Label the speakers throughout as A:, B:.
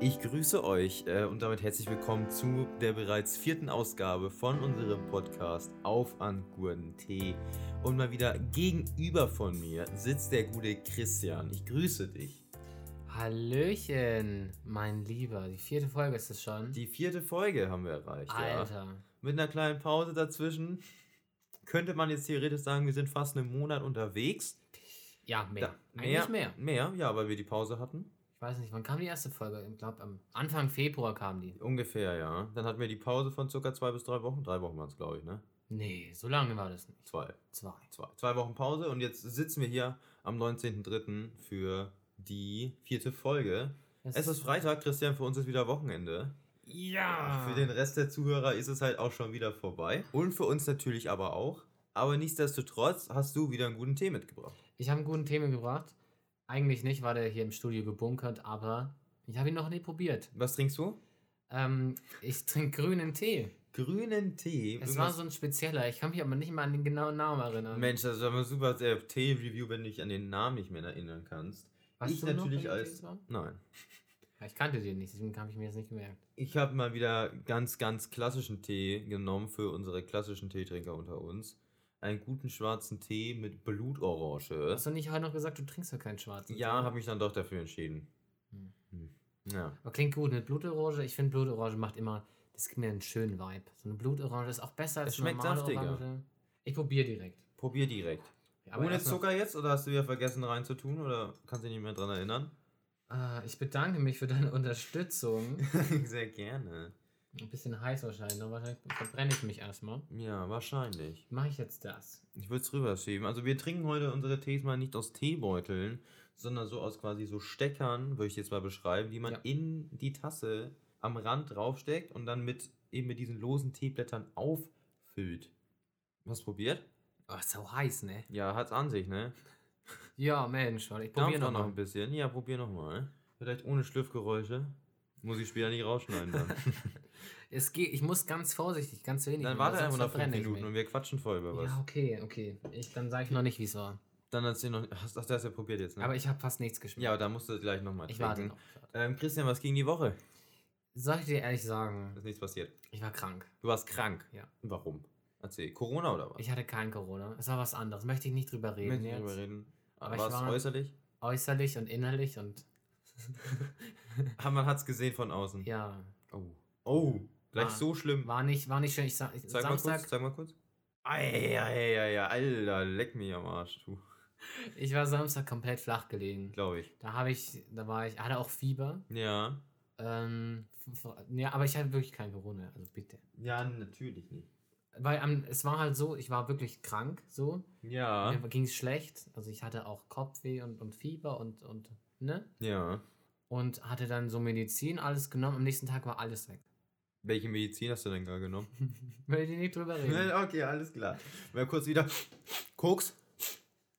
A: Ich grüße euch äh, und damit herzlich willkommen zu der bereits vierten Ausgabe von unserem Podcast Auf an Gurden Tee. Und mal wieder gegenüber von mir sitzt der gute Christian. Ich grüße dich.
B: Hallöchen, mein Lieber. Die vierte Folge ist es schon.
A: Die vierte Folge haben wir erreicht. Ja.
B: Alter.
A: Mit einer kleinen Pause dazwischen könnte man jetzt theoretisch sagen, wir sind fast einen Monat unterwegs.
B: Ja, mehr.
A: Da-
B: Eigentlich mehr.
A: Mehr, ja, weil wir die Pause hatten.
B: Ich weiß nicht, wann kam die erste Folge? Ich glaube, am Anfang Februar kam die.
A: Ungefähr, ja. Dann hatten wir die Pause von circa zwei bis drei Wochen. Drei Wochen waren es, glaube ich, ne?
B: Nee, so lange war das nicht.
A: Zwei.
B: Zwei.
A: zwei, zwei Wochen Pause und jetzt sitzen wir hier am 19.03. für die vierte Folge.
B: Das
A: Es ist Freitag, Christian, für uns ist wieder Wochenende.
B: Ja.
A: Für den Rest der Zuhörer ist es halt auch schon wieder vorbei. Und für uns natürlich aber auch. Aber nichtsdestotrotz hast du wieder einen guten Tee mitgebracht.
B: ich habe einen guten Thema gebracht. Eigentlich nicht, war der hier im Studio gebunkert, aber ich habe ihn noch nie probiert.
A: Was trinkst du?
B: Ähm, ich trinke grünen Tee.
A: Grünen Tee.
B: Es war
A: Irgendwas-
B: so ein spezieller. Ich kann mich aber nicht mal an den genauen Namen erinnern.
A: Mensch, das ist aber ein super äh, Tee-Review, wenn du dich an den Namen nicht mehr erinnern kannst.
B: Weißt
A: ich
B: du noch,
A: natürlich
B: welcher Tee
A: als-
B: es war?
A: Nein.
B: Ja, ich kannte den nicht, deswegen habe ich mir jetzt nicht gemerkt.
A: Ich habe mal wieder ganz, ganz klassischen Tee genommen für unsere klassischen Teetrinker unter uns. Einen guten schwarzen Tee mit Blutorange.
B: Hast du nicht heute noch gesagt, du trinkst ja keinen schwarzen
A: Ja,
B: Tee?
A: habe mich dann doch dafür entschieden.
B: Hm.
A: Hm. Ja.
B: Aber klingt gut mit Blutorange. Ich finde, Blutorange macht immer, das gibt mir einen schönen Vibe. So eine Blutorange ist auch besser als
A: Es schmeckt
B: normale
A: saftiger.
B: Orange. Ich probiere direkt.
A: Probier direkt.
B: Aber
A: Ohne
B: erstmal-
A: Zucker jetzt oder hast du wieder vergessen reinzutun oder kannst du dich nicht mehr dran erinnern?
B: Ah, ich bedanke mich für deine Unterstützung.
A: Sehr gerne.
B: Ein bisschen heiß wahrscheinlich, noch wahrscheinlich verbrenne ich mich erstmal.
A: Ja, wahrscheinlich.
B: Mache ich jetzt das?
A: Ich würde es rüberschieben. Also wir trinken heute unsere Tees mal nicht aus Teebeuteln, sondern so aus quasi so Steckern, würde ich jetzt mal beschreiben, die man
B: Ja.
A: in die Tasse am Rand draufsteckt und dann mit eben mit diesen losen Teeblättern auffüllt. Was probiert?
B: Oh, ist so heiß, ne?
A: Ja, hat's an sich, ne?
B: Ja, Mensch, warte, ich
A: Probier
B: probiere noch,
A: noch ein
B: mal.
A: bisschen. Ja, probier noch mal. Vielleicht ohne Schlürfgeräusche. Muss ich später nicht rausschneiden dann.
B: Es geht, ich muss ganz vorsichtig, ganz wenig.
A: dann
B: nehmen,
A: warte
B: sonst
A: einfach noch fünf
B: verbrenne ich
A: Minuten und
B: mich.
A: wir quatschen voll über was.
B: Ja, okay, okay. Ich, dann sage ich noch nicht, wie es war.
A: Dann hast du noch. Hast, ach, du hast ja probiert jetzt, ne?
B: Aber ich habe fast nichts geschmeckt.
A: ja, aber da musst du gleich nochmal
B: ich warte noch.
A: Ähm, Christian, was ging die Woche?
B: Soll ich dir ehrlich sagen,
A: Ist nichts passiert.
B: ich war krank.
A: Du warst krank.
B: Ja.
A: Warum? Erzähl. Corona oder was?
B: Ich hatte kein Corona. Es war was anderes. Möchte ich nicht drüber
A: Möchte
B: reden
A: nicht
B: jetzt.
A: drüber reden.
B: Aber ich
A: war es
B: war-
A: äußerlich?
B: Äußerlich und innerlich und
A: Ah, Man hat es gesehen von außen.
B: ja,
A: Oh. Oh. Gleich
B: Ah.
A: so schlimm.
B: war nicht, war nicht schön. Ich sag,
A: Zeig mal kurz,
B: Samstag,
A: zeig mal kurz. Eieiei, Alter, leck mich am Arsch, du.
B: ich war Samstag komplett flach gelegen.
A: Glaube ich.
B: Da habe ich, da war ich, hatte auch Fieber.
A: Ja.
B: Ähm, f- f- ja, aber ich hatte wirklich kein Corona. Also bitte.
A: Ja, natürlich nicht.
B: Weil am, es war halt so, ich war wirklich krank, so.
A: Ja.
B: Mir ging es schlecht. Also ich hatte auch Kopfweh und, und Fieber und, und, ne?
A: Ja.
B: Und hatte dann so Medizin alles genommen. Am nächsten Tag war alles weg.
A: Welche Medizin hast du denn gerade genommen?
B: Will ich nicht drüber reden.
A: okay, alles klar. Mal kurz wieder. Koks?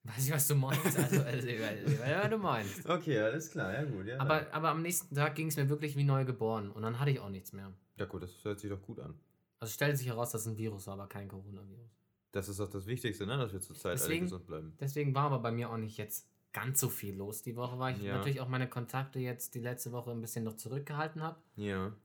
B: Weiß ich, was du meinst. Also, also ich weiß ich weiß ja, was du meinst.
A: Okay, alles klar, ja gut, ja.
B: Aber, aber am nächsten Tag ging es mir wirklich wie neu geboren und dann hatte ich auch nichts mehr.
A: ja gut, das hört sich doch gut an.
B: Also stellte sich heraus, dass es ein Virus war, aber kein Coronavirus.
A: Das ist doch das Wichtigste, ne? Dass wir zurzeit alle
B: Deswegen-
A: gesund bleiben.
B: Deswegen war aber bei mir auch nicht jetzt ganz so viel los die Woche, weil ich
A: Ja.
B: natürlich auch meine Kontakte jetzt die letzte Woche ein bisschen noch zurückgehalten habe.
A: Ja.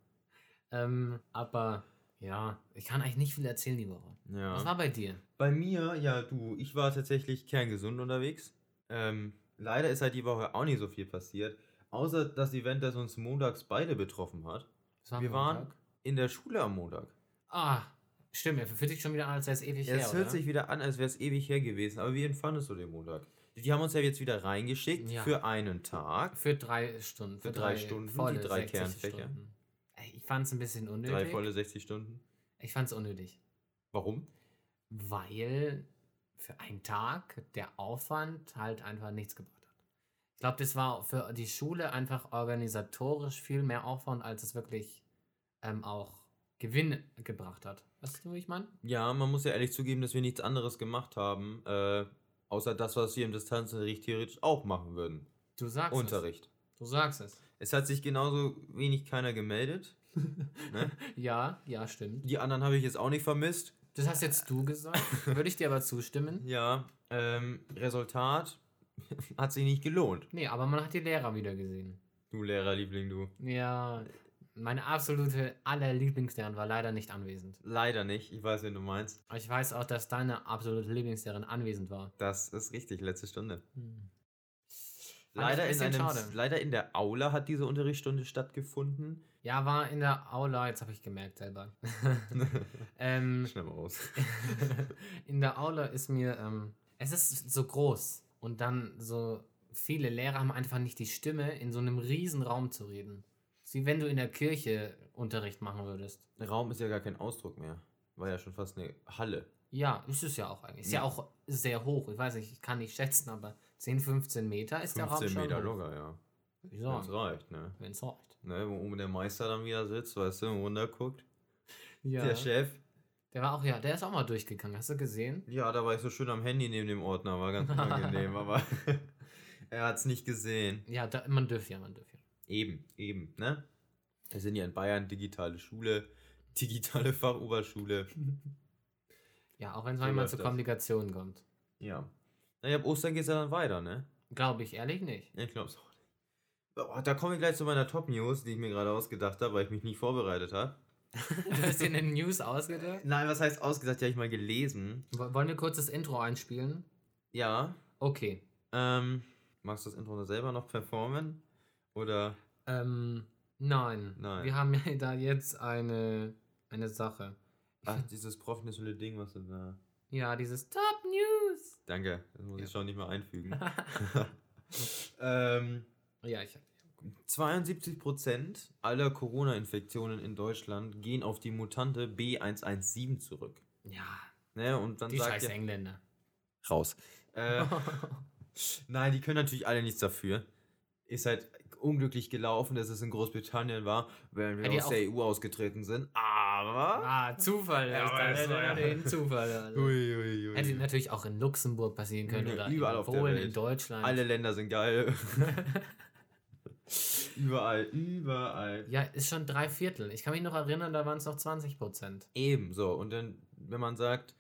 B: Ähm, aber ja, ich kann eigentlich nicht viel erzählen die Woche.
A: Ja.
B: Was war bei dir?
A: Bei mir, ja, du, ich war tatsächlich kerngesund unterwegs. Ähm, leider ist halt die Woche auch nicht so viel passiert. Außer das Event, das uns montags beide betroffen hat.
B: Was war
A: Wir waren-
B: Montag?
A: In der Schule am Montag.
B: Ah, stimmt, er fühlt sich schon wieder an, als wäre es ewig her.
A: es hört
B: oder?
A: sich wieder an, als wäre es ewig her gewesen. Aber wie empfandest du den Montag? Die haben uns ja jetzt wieder reingeschickt
B: Ja.
A: für einen Tag.
B: Für drei Stunden.
A: Für drei Stunden, die
B: volle
A: drei
B: 60
A: Kernfächer.
B: Stunden. Ey, Ich fand es ein bisschen unnötig.
A: Drei volle 60 Stunden.
B: Ich fand es unnötig.
A: Warum?
B: Weil für einen Tag der Aufwand halt einfach nichts gebracht hat. Ich glaube, das war für die Schule einfach organisatorisch viel mehr Aufwand, als es wirklich ähm, auch Gewinn gebracht hat. Weißt du, wie ich meine?
A: Ja, man muss ja ehrlich zugeben, dass wir nichts anderes gemacht haben, äh, außer das, was wir im Distanzunterricht theoretisch auch machen würden.
B: Du sagst
A: Unterricht.
B: es. Du sagst es.
A: Es hat sich genauso wenig keiner gemeldet. ne?
B: Ja, ja, stimmt.
A: Die anderen habe ich jetzt auch nicht vermisst.
B: Das hast jetzt du gesagt. Würde ich dir aber zustimmen.
A: Ja, ähm, Resultat hat sich nicht gelohnt.
B: Nee, aber man hat die Lehrer wieder gesehen.
A: Du Lehrerliebling, du.
B: Ja, meine absolute aller Lieblingslehrerin war leider nicht anwesend.
A: Leider nicht. Ich weiß, wen du meinst.
B: Aber Ich weiß auch, dass deine absolute Lieblingslehrerin anwesend war.
A: Das ist richtig, letzte Stunde.
B: Hm. Fand ich
A: Leider
B: ein
A: in,
B: bisschen
A: einem,
B: schade.
A: leider in der Aula hat diese Unterrichtsstunde stattgefunden.
B: Ja, war in der Aula, jetzt habe ich gemerkt selber. ähm,
A: Schnell mal raus.
B: in der Aula ist mir, ähm, es ist so groß und dann so viele Lehrer haben einfach nicht die Stimme, in so einem riesen Raum zu reden. Ist wie wenn du in der Kirche Unterricht machen würdest.
A: Raum ist ja gar kein Ausdruck mehr. War ja schon fast eine Halle.
B: Ja, ist es ja auch eigentlich. Ist ja
A: Ja.
B: auch sehr hoch. Ich weiß nicht, ich kann nicht schätzen, aber 10, 15 Meter ist der Raum
A: 15
B: schon
A: Meter
B: hoch.
A: locker, ja.
B: Würd ich
A: Das
B: sagen.
A: reicht, ne?
B: Wenn's reicht.
A: ne? Wo oben der Meister dann wieder sitzt, weißt du, und runterguckt.
B: Ja.
A: Der
B: Der,
A: Chef.
B: war auch, ja, der ist auch mal durchgegangen. Hast du gesehen?
A: Ja, da war ich so schön am Handy neben dem Ordner, war ganz unangenehm, aber er hat's nicht gesehen.
B: Ja, da, man dürfte ja, man dürfte ja.
A: Eben, eben, ne? Wir sind ja in Bayern digitale Schule, digitale Fachoberschule.
B: Ja, auch wenn es
A: So
B: manchmal
A: läuft
B: zu
A: das.
B: Komplikationen kommt.
A: Ja. Naja, ab Ostern geht's ja dann weiter, ne?
B: Glaube ich ehrlich nicht.
A: Ja, Ich glaub's auch nicht. Oh, da komme ich gleich zu meiner Top-News, die ich mir gerade ausgedacht habe, weil ich mich nicht vorbereitet habe.
B: Du hast dir eine News ausgedacht.
A: Nein, was heißt ausgedacht? Die habe ich mal gelesen.
B: W- Wollen wir kurz das Intro einspielen?
A: Ja.
B: Okay.
A: Ähm, magst du das Intro selber noch performen? Oder
B: Ähm, nein.
A: Nein.
B: Wir haben ja da jetzt eine, eine Sache.
A: ach, dieses professionelle Ding, was du da.
B: Ja, dieses Top News.
A: Danke, das muss ich
B: Ja.
A: schon nicht mehr einfügen. ähm,
B: Ja, ich.
A: 72% aller Corona-Infektionen in Deutschland gehen auf die Mutante B117 zurück.
B: Ja,
A: Ne? Und dann
B: die
A: sagt
B: scheiß
A: ihr,
B: Engländer.
A: raus. Äh, Nein, die können natürlich alle nichts dafür. Ist halt unglücklich gelaufen, dass es in Großbritannien war, während wir
B: Ja, die
A: aus
B: auch-
A: der EU ausgetreten sind. Aber.
B: ah, Zufall.
A: Ja,
B: ist
A: aber
B: das
A: das war ja-
B: war ein Zufall. Also.
A: Uiuiui.
B: Hätte natürlich auch in Luxemburg passieren können
A: Ja,
B: oder
A: überall
B: in
A: auf der
B: Polen,
A: Welt.
B: in Deutschland.
A: Alle Länder sind geil. überall, überall.
B: Ja, ist schon drei Viertel. Ich kann mich noch erinnern, da waren es noch 20 Prozent.
A: Eben so. Und dann, wenn man sagt,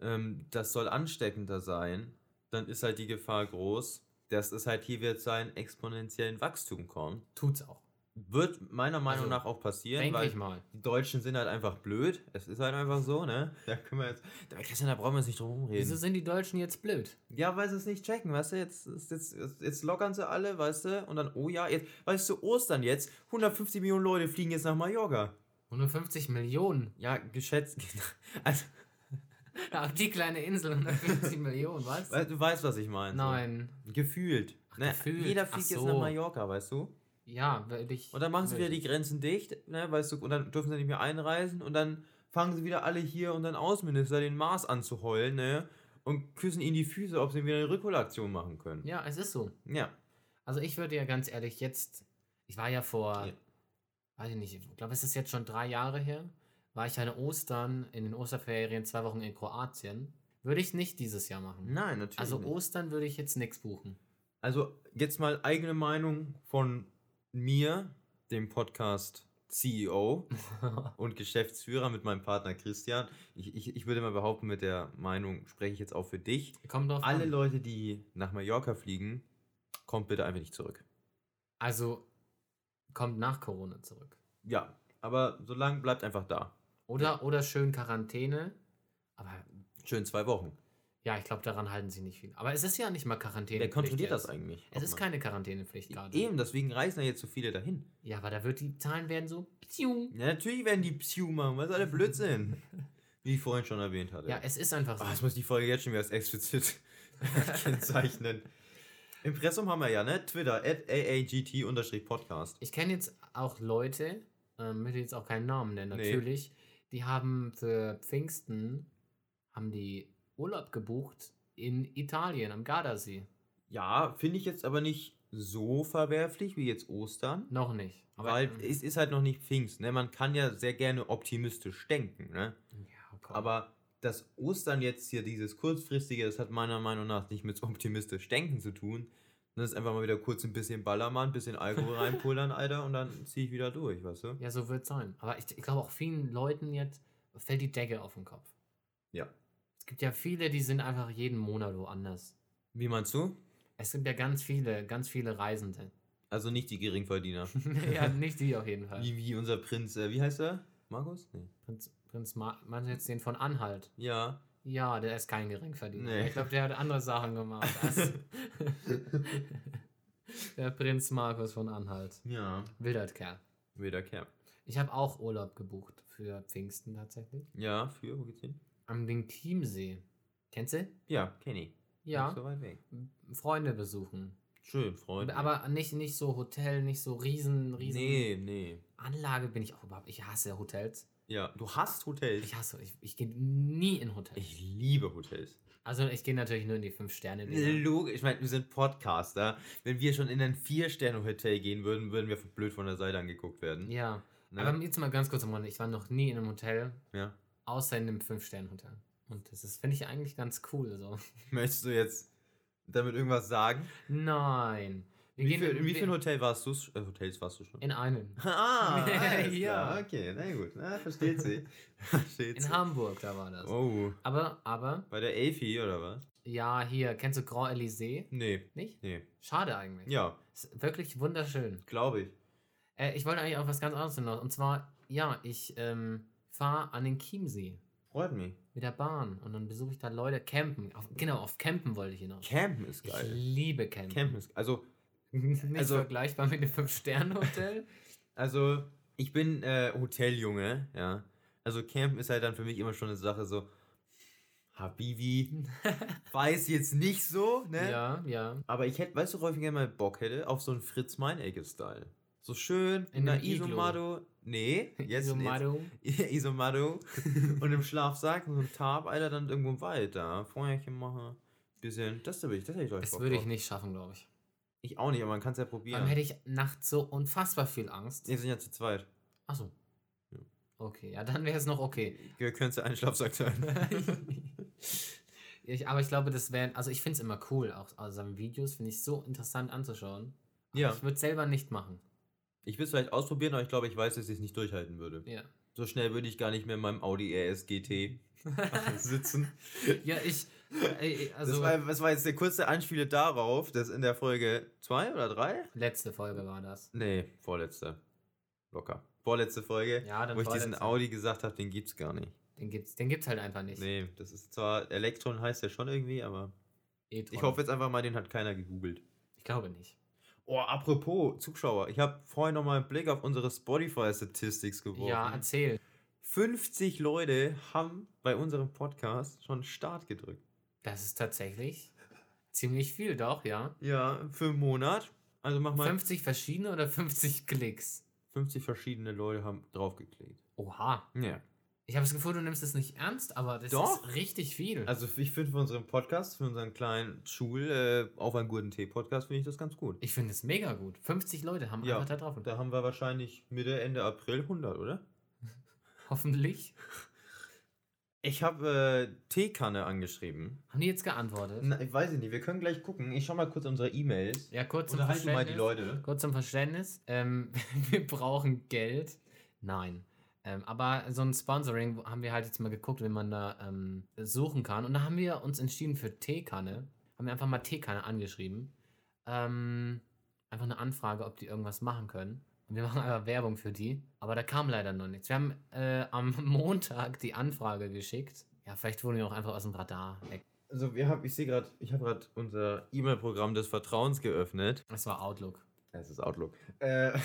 A: ähm, das soll ansteckender sein, dann ist halt die Gefahr groß, dass es halt hier wird sein exponentiellen Wachstum kommen.
B: Tut's auch.
A: Wird meiner Meinung
B: Also,
A: nach auch passieren,
B: Denke
A: weil
B: ich mal.
A: Die Deutschen sind halt einfach blöd. Es ist halt einfach so, ne? Da können wir jetzt. Da, Christian, da brauchen wir uns nicht drum rumreden.
B: Wieso sind die Deutschen jetzt blöd?
A: Ja, weil sie es nicht checken, weißt du? Jetzt, jetzt, jetzt, jetzt lockern sie alle, weißt du? Und dann, oh ja, jetzt, weißt du, Ostern jetzt. 150 Millionen Leute fliegen jetzt nach Mallorca.
B: 150 Millionen.
A: Ja, geschätzt. Also,
B: Auf die kleine Insel 150 Millionen, was?
A: weißt, du weißt, was ich meine.
B: Nein.
A: So. Gefühlt. ne?
B: gefühlt.
A: Jeder
B: Ach
A: fliegt jetzt
B: so.
A: nach Mallorca, weißt du?
B: Ja, weil ich.
A: Und dann machen sie wieder die
B: wirklich-
A: Grenzen dicht, ne? Weißt du? Und dann dürfen sie nicht mehr einreisen. Und dann fangen sie wieder alle hier und dann Außenminister den Mars anzuheulen, ne? Und küssen ihnen die Füße, ob sie wieder eine Rückholaktion machen können.
B: Ja, es ist so.
A: Ja,
B: Also ich würde ja ganz ehrlich jetzt. Ich war ja vor.
A: Ja.
B: Weiß ich nicht. Ich glaube, es ist jetzt schon drei Jahre her. War ich an Ostern in den Osterferien zwei Wochen in Kroatien. Würde ich nicht dieses Jahr machen.
A: nein, natürlich.
B: also
A: nicht.
B: Ostern würde ich jetzt nichts buchen.
A: also jetzt mal eigene Meinung von mir, dem Podcast CEO und Geschäftsführer mit meinem Partner Christian. Ich, ich, ich würde mal behaupten, mit der Meinung spreche ich jetzt auch für dich.
B: Kommt drauf
A: Alle
B: an.
A: Leute, die nach Mallorca fliegen, kommt bitte einfach nicht zurück.
B: Also kommt nach Corona zurück.
A: Ja, aber solange bleibt einfach da.
B: Oder, oder schön Quarantäne. Aber
A: Schön zwei Wochen.
B: ja, ich glaube, daran halten sie nicht viel. Aber es ist ja nicht mal Quarantäne.
A: Wer kontrolliert das
B: jetzt.
A: eigentlich?
B: Es
A: Ob
B: ist
A: man-
B: keine Quarantänepflicht gerade.
A: Eben, deswegen reisen ja jetzt so viele dahin.
B: Ja, aber da wird die Zahlen werden so. psiung.
A: Ja, natürlich werden die Psiu machen, was alle Blödsinn. Wie ich vorhin schon erwähnt hatte.
B: Ja, es ist einfach so.
A: Ah, jetzt muss ich die Folge jetzt schon wieder als explizit kennzeichnen. Impressum haben wir ja, ne? Twitter, at aagt-podcast.
B: Ich kenne jetzt auch Leute, ähm, möchte jetzt auch keinen Namen nennen,
A: Nee.
B: natürlich, die haben für Pfingsten haben die Urlaub gebucht in Italien am Gardasee.
A: Ja, finde ich jetzt aber nicht so verwerflich wie jetzt Ostern.
B: Noch nicht.
A: weil
B: ähm,
A: es ist halt noch nicht Pfingst, ne? Man kann ja sehr gerne optimistisch denken, ne?
B: ja, komm.
A: Aber das Ostern jetzt hier, dieses kurzfristige, das hat meiner Meinung nach nicht mit so optimistisch denken zu tun. ne? Das ist einfach mal wieder kurz ein bisschen Ballermann, ein bisschen Alkohol reinpullern, Alter, und dann ziehe ich wieder durch, weißt du?
B: Ja, so wird es sein. Aber ich, ich glaube auch vielen Leuten jetzt fällt die Decke auf den Kopf.
A: Ja.
B: Es gibt ja viele, die sind einfach jeden Monat woanders.
A: Wie meinst du?
B: Es gibt ja ganz viele, ganz viele Reisende.
A: Also nicht die Geringverdiener.
B: ja, nicht die auf jeden Fall.
A: Wie, wie unser Prinz, äh, wie heißt er? Markus? Nee.
B: Prinz, Prinz Ma meinst du jetzt den von Anhalt?
A: Ja.
B: Ja, der ist kein Geringverdiener.
A: Nee.
B: Ich glaube, der hat andere Sachen gemacht. als- der Prinz Markus von Anhalt.
A: Ja.
B: Wilder Kerl.
A: Wilder Kerl.
B: Ich habe auch Urlaub gebucht für Pfingsten tatsächlich.
A: Ja, für, wo geht's hin?
B: Am den Chiemsee. Kennst du?
A: Ja, Kenny. Nicht
B: Ja.
A: so weit weg.
B: Freunde besuchen.
A: Schön, Freunde.
B: Aber nicht, nicht so Hotel, nicht so riesen, riesen
A: Nee, nee.
B: Anlage bin ich auch überhaupt. Ich hasse Hotels.
A: Ja, du hast Hotels.
B: Ich hasse, ich, ich gehe nie in Hotels.
A: Ich liebe Hotels.
B: also ich gehe natürlich nur in die fünf Sterne.
A: Logisch, ich meine, wir sind Podcaster. Wenn wir schon in ein Vier-Sterne-Hotel gehen würden, würden wir blöd von der Seite angeguckt werden.
B: Ja.
A: Ne?
B: Aber jetzt mal ganz kurz am Runde. Ich war noch nie in einem Hotel,
A: ja.
B: außer in einem Fünf-Sterne-Hotel. Und das ist, finde ich eigentlich ganz cool. So.
A: Möchtest du jetzt damit irgendwas sagen?
B: Nein. Wir
A: Wie viel, in
B: in,
A: wie vielen
B: wir-
A: Hotel warst du? sch- Äh, Hotels warst du schon?
B: in einem.
A: ah, alles
B: Ja.
A: klar, Okay, na gut. Na, versteht sie. versteht
B: In
A: sie.
B: Hamburg, da war das.
A: Oh,
B: Aber, aber,
A: bei der Elfi oder was?
B: ja, hier, kennst du Grand Elysée?
A: Nee,
B: Nicht?
A: nee.
B: Schade eigentlich.
A: Ja,
B: Ist wirklich wunderschön.
A: glaube ich.
B: Äh, ich wollte eigentlich auch was ganz anderes hinaus. Und zwar, ja, ich ähm, fahre an den Chiemsee
A: Freut mich.
B: mit der Bahn und dann besuche ich da Leute campen. Auf, genau, auf campen wollte ich hinaus.
A: Campen ist
B: Ich
A: geil.
B: liebe campen.
A: Campen ist Also,
B: Nicht
A: Also-
B: vergleichbar mit dem Fünf-Sterne-Hotel.
A: also ich bin äh, Hoteljunge, ja. Also Campen ist halt dann für mich immer schon eine Sache so, Habibi, weiß jetzt nicht so, ne?
B: Ja, ja.
A: Aber ich hätte, weißt du, worauf ich gerne mal Bock hätte? Auf so einen fritz meinecke style So schön in,
B: In
A: einer
B: einem Iglo.
A: Isomado. Nee, jetzt Isomado.
B: Isomado.
A: Jetzt, Isomado. und im Schlafsack und so ein Tarp, Alter, dann irgendwo im Wald da. Feuerchen machen. Bisschen, das will ich, das hätte ich euch
B: Das würde ich nicht schaffen, glaube ich.
A: Ich auch nicht, aber man kann es ja probieren.
B: Dann hätte ich nachts so unfassbar viel Angst.
A: Wir sind ja zu zweit.
B: Achso.
A: Ja.
B: Okay, ja, dann wäre es noch okay.
A: Wir können es ja einen Schlafsack teilen.
B: ich, aber ich glaube, das wären, also ich finde es immer cool, auch aus seinen Videos finde ich so interessant anzuschauen. Aber
A: Ja.
B: Ich würde es selber nicht machen.
A: ich will es vielleicht ausprobieren, aber ich glaube, ich weiß, dass ich es nicht durchhalten würde.
B: Ja.
A: So schnell würde ich gar nicht mehr in meinem Audi RS GT sitzen.
B: Ja, ich, äh,
A: das,
B: also
A: war, das war jetzt der kurze Anspiele darauf, dass in der Folge 2 oder 3?
B: letzte Folge war das.
A: Nee, vorletzte. Locker. Vorletzte Folge,
B: Ja, dann
A: wo ich diesen
B: vorletzte.
A: Audi gesagt habe, den gibt's gar nicht.
B: Den gibt's, den gibt's halt einfach nicht.
A: Nee, das ist zwar Elektron heißt der schon irgendwie, aber
B: E-Tron.
A: ich hoffe jetzt einfach mal, den hat keiner gegoogelt.
B: Ich glaube nicht.
A: Oh, apropos Zuschauer, ich habe vorhin nochmal einen Blick auf unsere Spotify-Statistics geworfen.
B: Ja, erzähl.
A: 50 Leute haben bei unserem Podcast schon Start gedrückt.
B: Das ist tatsächlich ziemlich viel, doch, ja.
A: Ja, für einen Monat. Also mach mal
B: 50 verschiedene oder 50 Klicks?
A: 50 verschiedene Leute haben draufgeklickt.
B: Oha.
A: Ja.
B: Ich habe das Gefühl, du nimmst es nicht ernst, aber das
A: Doch.
B: ist richtig viel.
A: Also ich finde für unseren Podcast, für unseren kleinen Schul, äh, auf einen guten Tee-Podcast, finde ich das ganz gut.
B: ich finde es mega gut. 50 Leute haben
A: Ja,
B: einfach da drauf.
A: Da haben wir wahrscheinlich Mitte, Ende April 100, oder?
B: Hoffentlich.
A: Ich habe äh, Teekanne angeschrieben.
B: Haben die jetzt geantwortet?
A: Na, ich weiß nicht, wir können gleich gucken. Ich schau mal kurz unsere E-Mails.
B: Ja, kurz zum
A: Unterhalte mal die
B: Verständnis.
A: Leute.
B: Kurz zum Verständnis. Ähm, wir brauchen Geld. Nein. Ähm, aber so ein Sponsoring haben wir halt jetzt mal geguckt, wenn man da ähm, suchen kann. Und da haben wir uns entschieden für Teekanne. Haben wir einfach mal Teekanne angeschrieben. Ähm, einfach eine Anfrage, ob die irgendwas machen können. Und wir machen einfach Werbung für die. Aber da kam leider noch nichts. Wir haben äh, am Montag die Anfrage geschickt. Ja, vielleicht wurden wir auch einfach aus dem Radar weg.
A: Also wir haben, ich sehe gerade, ich habe gerade unser E-Mail-Programm des Vertrauens geöffnet.
B: Das war Outlook.
A: Es ist Outlook. Äh,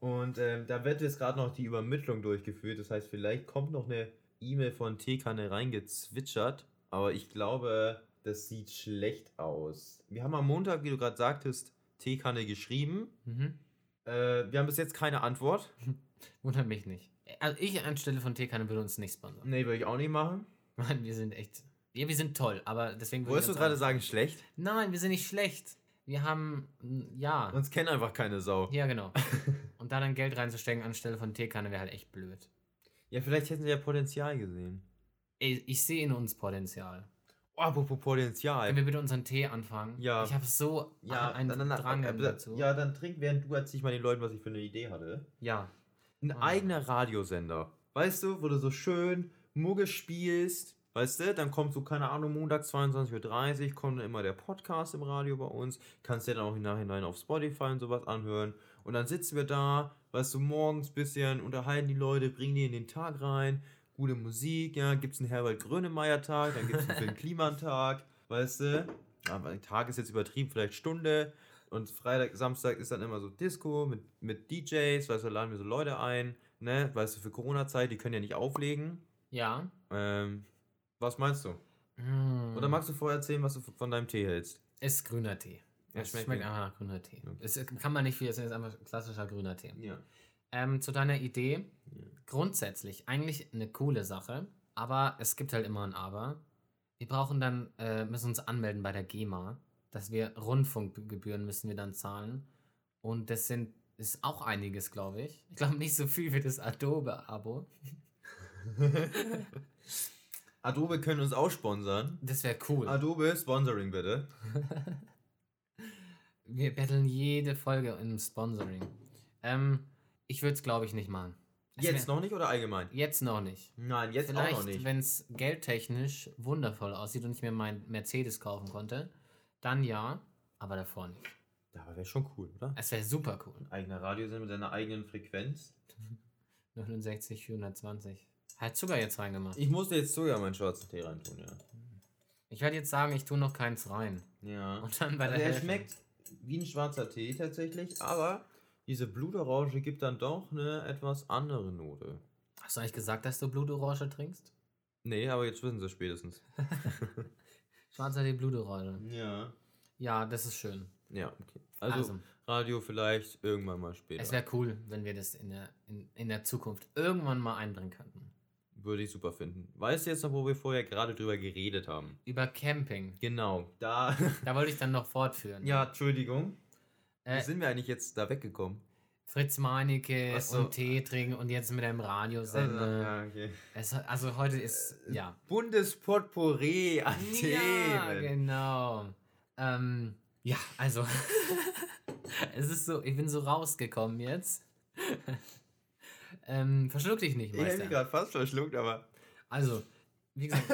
A: und ähm, da wird jetzt gerade noch die Übermittlung durchgeführt. Das heißt, vielleicht kommt noch eine E-Mail von Teekanne reingezwitschert. Aber ich glaube, das sieht schlecht aus. Wir haben am Montag, wie du gerade sagtest, Teekanne geschrieben.
B: Mhm.
A: Äh, wir haben bis jetzt keine Antwort.
B: Wundert mich nicht. Also ich anstelle von Teekanne würde uns nicht sponsern.
A: Nee, würde ich auch nicht machen.
B: Mann, wir sind echt. Ja, wir sind toll, aber deswegen.
A: Wolltest du
B: würden wir
A: gerade
B: uns
A: sagen, schlecht?
B: auch- Nein, wir sind nicht schlecht. Wir haben. mm, Ja.
A: Uns kennt einfach keine Sau.
B: ja, genau. Und da dann Geld reinzustecken anstelle von Teekanne wäre halt echt blöd.
A: Ja, vielleicht hätten sie ja Potenzial gesehen.
B: Ey, ich sehe in uns Potenzial.
A: Oh, apropos
B: Können
A: Potenzial.
B: wir bitte unseren Tee anfangen?
A: Ja.
B: Ich habe so
A: Ja,
B: einen
A: dann, dann,
B: Drang
A: äh,
B: dazu.
A: ja, dann trink, während du erzähl ich mal den Leuten, was ich für eine Idee hatte.
B: ja.
A: Ein
B: Ah.
A: eigener Radiosender. Weißt du, wo du so schön Mugge spielst, Weißt du, dann kommst du, keine Ahnung, Montag 22.30 Uhr, kommt dann immer der Podcast im Radio bei uns, kannst dir dann auch im Nachhinein auf Spotify und sowas anhören. Und dann sitzen wir da, weißt du, morgens bisschen, unterhalten die Leute, bringen die in den Tag rein, gute Musik, ja, gibt's einen Herbert Grönemeyer-Tag, dann gibt's einen Finn Kliman-Tag, weißt du. Aber ein Tag ist jetzt übertrieben, vielleicht Stunde. Und Freitag, Samstag ist dann immer so Disco mit, mit DJs, weißt du, laden wir so Leute ein, ne, weißt du, für Corona-Zeit, die können ja nicht auflegen.
B: Ja.
A: Ähm, was meinst du?
B: Mm.
A: Oder magst du vorher erzählen, was du von deinem Tee hältst?
B: Ist grüner Tee.
A: Ja,
B: es
A: schmeckt
B: schmeckt,
A: mir.
B: einfach nach grüner Tee.
A: Ja.
B: Es kann man nicht viel, es ist einfach klassischer grüner Tee.
A: Ja.
B: Ähm, zu deiner Idee,
A: Ja.
B: grundsätzlich eigentlich eine coole Sache, aber es gibt halt immer ein Aber. Wir brauchen dann, äh, müssen uns anmelden bei der GEMA, dass wir Rundfunkgebühren müssen wir dann zahlen. Und das sind, ist auch einiges, glaube ich. Ich glaube nicht so viel wie das Adobe-Abo.
A: Adobe können uns auch sponsern.
B: Das wäre cool.
A: Adobe, Sponsoring bitte.
B: wir betteln jede Folge im Sponsoring. Ähm, ich würde es, glaube ich, nicht machen. Es
A: Jetzt
B: wär-
A: noch nicht oder allgemein?
B: Jetzt noch nicht.
A: Nein, jetzt auch noch
B: Vielleicht,
A: nicht.
B: wenn es geldtechnisch wundervoll aussieht und ich mir meinen Mercedes kaufen konnte, dann ja, aber davor nicht.
A: Ja, Aber wäre schon cool, oder?
B: Es wäre super cool.
A: Eigener Radiosender mit seiner eigenen Frequenz.
B: 69, 420. Hat Zucker jetzt reingemacht.
A: Ich musste jetzt sogar meinen schwarzen Tee reintun, ja.
B: Ich werde jetzt sagen, ich tue noch keins rein.
A: Ja.
B: Und dann bei der
A: Also er
B: Hälfte.
A: schmeckt wie ein schwarzer Tee tatsächlich, aber diese Blutorange gibt dann doch eine etwas andere Note.
B: Hast du eigentlich gesagt, dass du Blutorange trinkst?
A: Nee, aber jetzt wissen sie es spätestens.
B: Schwarzer Tee, Blutorange.
A: Ja.
B: Ja, das ist schön.
A: Ja, okay.
B: Also,
A: Also, Radio vielleicht irgendwann mal später.
B: es wäre cool, wenn wir das in der, in, in der Zukunft irgendwann mal einbringen könnten.
A: Würde ich super finden. Weißt du jetzt noch, wo wir vorher gerade drüber geredet haben?
B: Über Camping.
A: Genau, da.
B: Da wollte ich dann noch fortführen.
A: ja, Entschuldigung.
B: Äh,
A: Wie sind wir eigentlich jetzt da weggekommen?
B: Fritz Meinecke
A: Ach so.
B: und Tee trinken und jetzt mit einem Radiosender.
A: Also, ja, okay.
B: es, also heute ist, ja.
A: Buntes Potpourri an
B: Ja,
A: Themen.
B: genau. Ähm, ja, also, es ist so, ich bin so rausgekommen jetzt. ähm, verschluck dich nicht,
A: Ich hätte mich
B: Meister.
A: gerade fast verschluckt, aber.
B: Also, wie gesagt,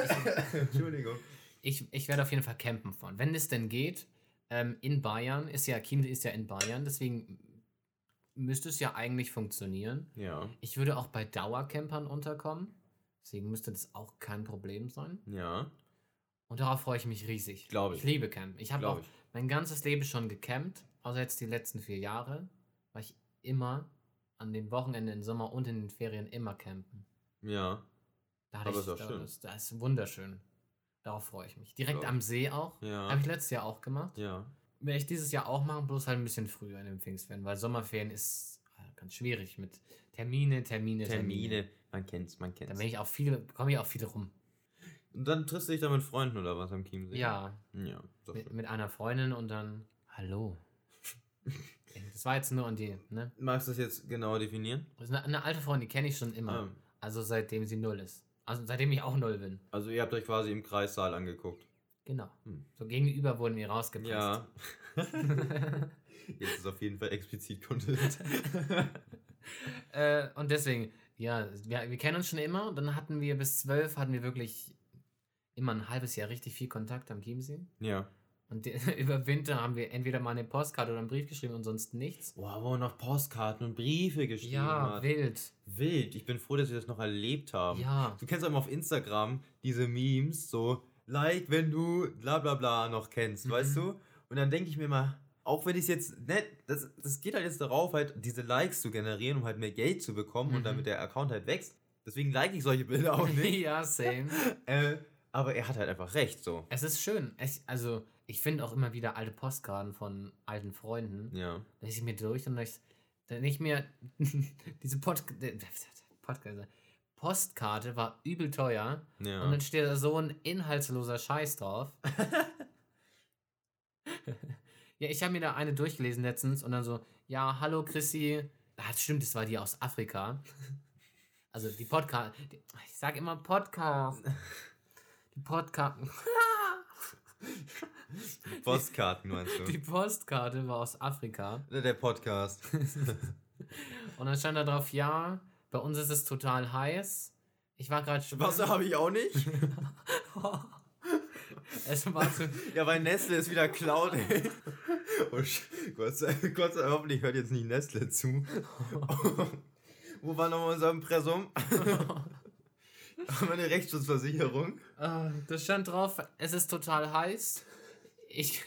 A: Entschuldigung.
B: ich, ich, ich werde auf jeden Fall campen fahren. Wenn es denn geht, ähm, in Bayern, ist ja, Kiel ist ja in Bayern, deswegen müsste es ja eigentlich funktionieren.
A: Ja,
B: Ich würde auch bei Dauercampern unterkommen. Deswegen müsste das auch kein Problem sein.
A: ja,
B: Und darauf freue ich mich riesig.
A: Glaub ich.
B: Ich liebe Campen. Ich habe auch
A: glaube ich.
B: mein ganzes Leben schon gecampt, außer jetzt die letzten vier Jahre, weil ich immer an den Wochenenden im Sommer und in den Ferien immer campen.
A: Ja,
B: Da hatte
A: Aber
B: ich,
A: ist doch
B: da-
A: schön.
B: Das, das ist wunderschön. Darauf freue ich mich. Direkt
A: Glaub
B: am See auch. Habe
A: ja,
B: ich letztes Jahr auch gemacht.
A: ja.
B: Werde ich dieses Jahr auch machen, bloß halt ein bisschen früher in den Pfingstferien, weil Sommerferien ist äh, ganz schwierig mit Termine, Termine, Termine.
A: Termine, man kennt's, man
B: Da
A: kennt's.
B: bin ich auch viel, komme ich auch viel rum.
A: Und dann triffst du dich da mit Freunden oder was am Chiemsee?
B: Ja,
A: Ja, ist doch
B: mit,
A: schön.
B: mit einer Freundin und dann Hallo. das war jetzt nur an die, ne?
A: Magst du das jetzt genauer definieren?
B: Das ist eine, eine alte Freundin, die kenne ich schon immer.
A: Ähm,
B: Also seitdem sie null ist. Also seitdem ich auch null bin.
A: Also ihr habt euch quasi im Kreissaal angeguckt.
B: Genau.
A: Hm.
B: So gegenüber wurden wir rausgepresst.
A: Ja. Jetzt ist auf jeden Fall explizit Content.
B: äh, und deswegen, ja, wir, wir kennen uns schon immer. Dann hatten wir bis zwölf, hatten wir wirklich immer ein halbes Jahr richtig viel Kontakt am Chiemsee.
A: ja.
B: Und de- über Winter haben wir entweder mal eine Postkarte oder einen Brief geschrieben und sonst nichts.
A: Boah, wo man noch Postkarten und Briefe geschrieben
B: Ja,
A: hat.
B: wild.
A: Wild. Ich bin froh, dass wir das noch erlebt haben.
B: Ja.
A: Du kennst auch immer auf Instagram diese Memes, so, like, wenn du bla bla bla noch kennst,
B: Mhm.
A: weißt du? Und dann denke ich mir mal, auch wenn ich es jetzt, ne, das, das geht halt jetzt darauf, halt diese Likes zu generieren, um halt mehr Geld zu bekommen
B: Mhm.
A: und damit der Account halt wächst. Deswegen like ich solche Bilder auch nicht.
B: ja, same.
A: äh, aber er hat halt einfach recht, so.
B: Es ist schön. Es, also, ich finde auch immer wieder alte Postkarten von alten Freunden.
A: Ja.
B: Dann lese ich mir durch und ich, dann nicht mehr. diese Pod, Podcast, Postkarte war übel teuer.
A: ja.
B: Und dann steht da so ein inhaltsloser Scheiß drauf. ja, ich habe mir da eine durchgelesen letztens und dann so: Ja, hallo Chrissy. Ah, stimmt, das war die aus Afrika. Also die Podcast. Die, ich sag immer Podcast. Die Podcast.
A: Postkarten meinst du?
B: Die Postkarte war aus Afrika.
A: Oder der Podcast.
B: Und dann stand da drauf, ja, bei uns ist es total heiß. Ich war gerade schwimmen.
A: Wasser habe ich auch nicht.
B: es war zu,
A: Ja, weil Nestle ist wieder Cloud, ey. Oh, sch- Gott sei, Gott sei hoffentlich hört jetzt nicht Nestle zu. Wo war nochmal unser Impressum? Meine Rechtsschutzversicherung.
B: Äh, das stand drauf, es ist total heiß. Ich,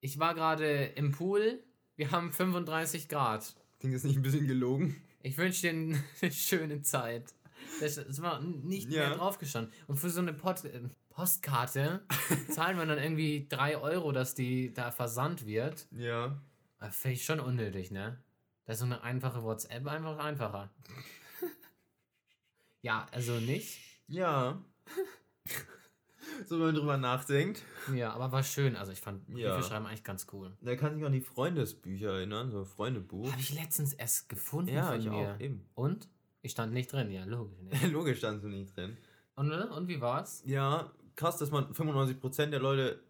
B: ich war gerade im Pool. Wir haben 35 Grad.
A: Klingt das nicht ein bisschen gelogen?
B: Ich wünsche dir n- eine schöne Zeit. Das ist war nicht
A: Ja.
B: mehr draufgestanden. Und für so eine Pod äh, Postkarte zahlen wir dann irgendwie 3 Euro, dass die da versandt wird.
A: Ja.
B: Äh, Finde ich schon unnötig, ne? Da ist so eine einfache WhatsApp einfach einfacher. ja, also nicht.
A: Ja. so, wenn man drüber nachdenkt.
B: Ja, aber war schön. Also ich fand Briefe
A: Ja.
B: schreiben eigentlich ganz cool.
A: Da kann ich mich an die Freundesbücher erinnern, so ein Freundebuch.
B: Habe ich letztens erst gefunden
A: Ja,
B: von
A: ich
B: mir.
A: auch, eben.
B: Und? Ich stand nicht drin, ja, logisch. Nicht.
A: Logisch stand so nicht drin.
B: Und, äh, und wie war's?
A: Ja, krass, dass man 95% der Leute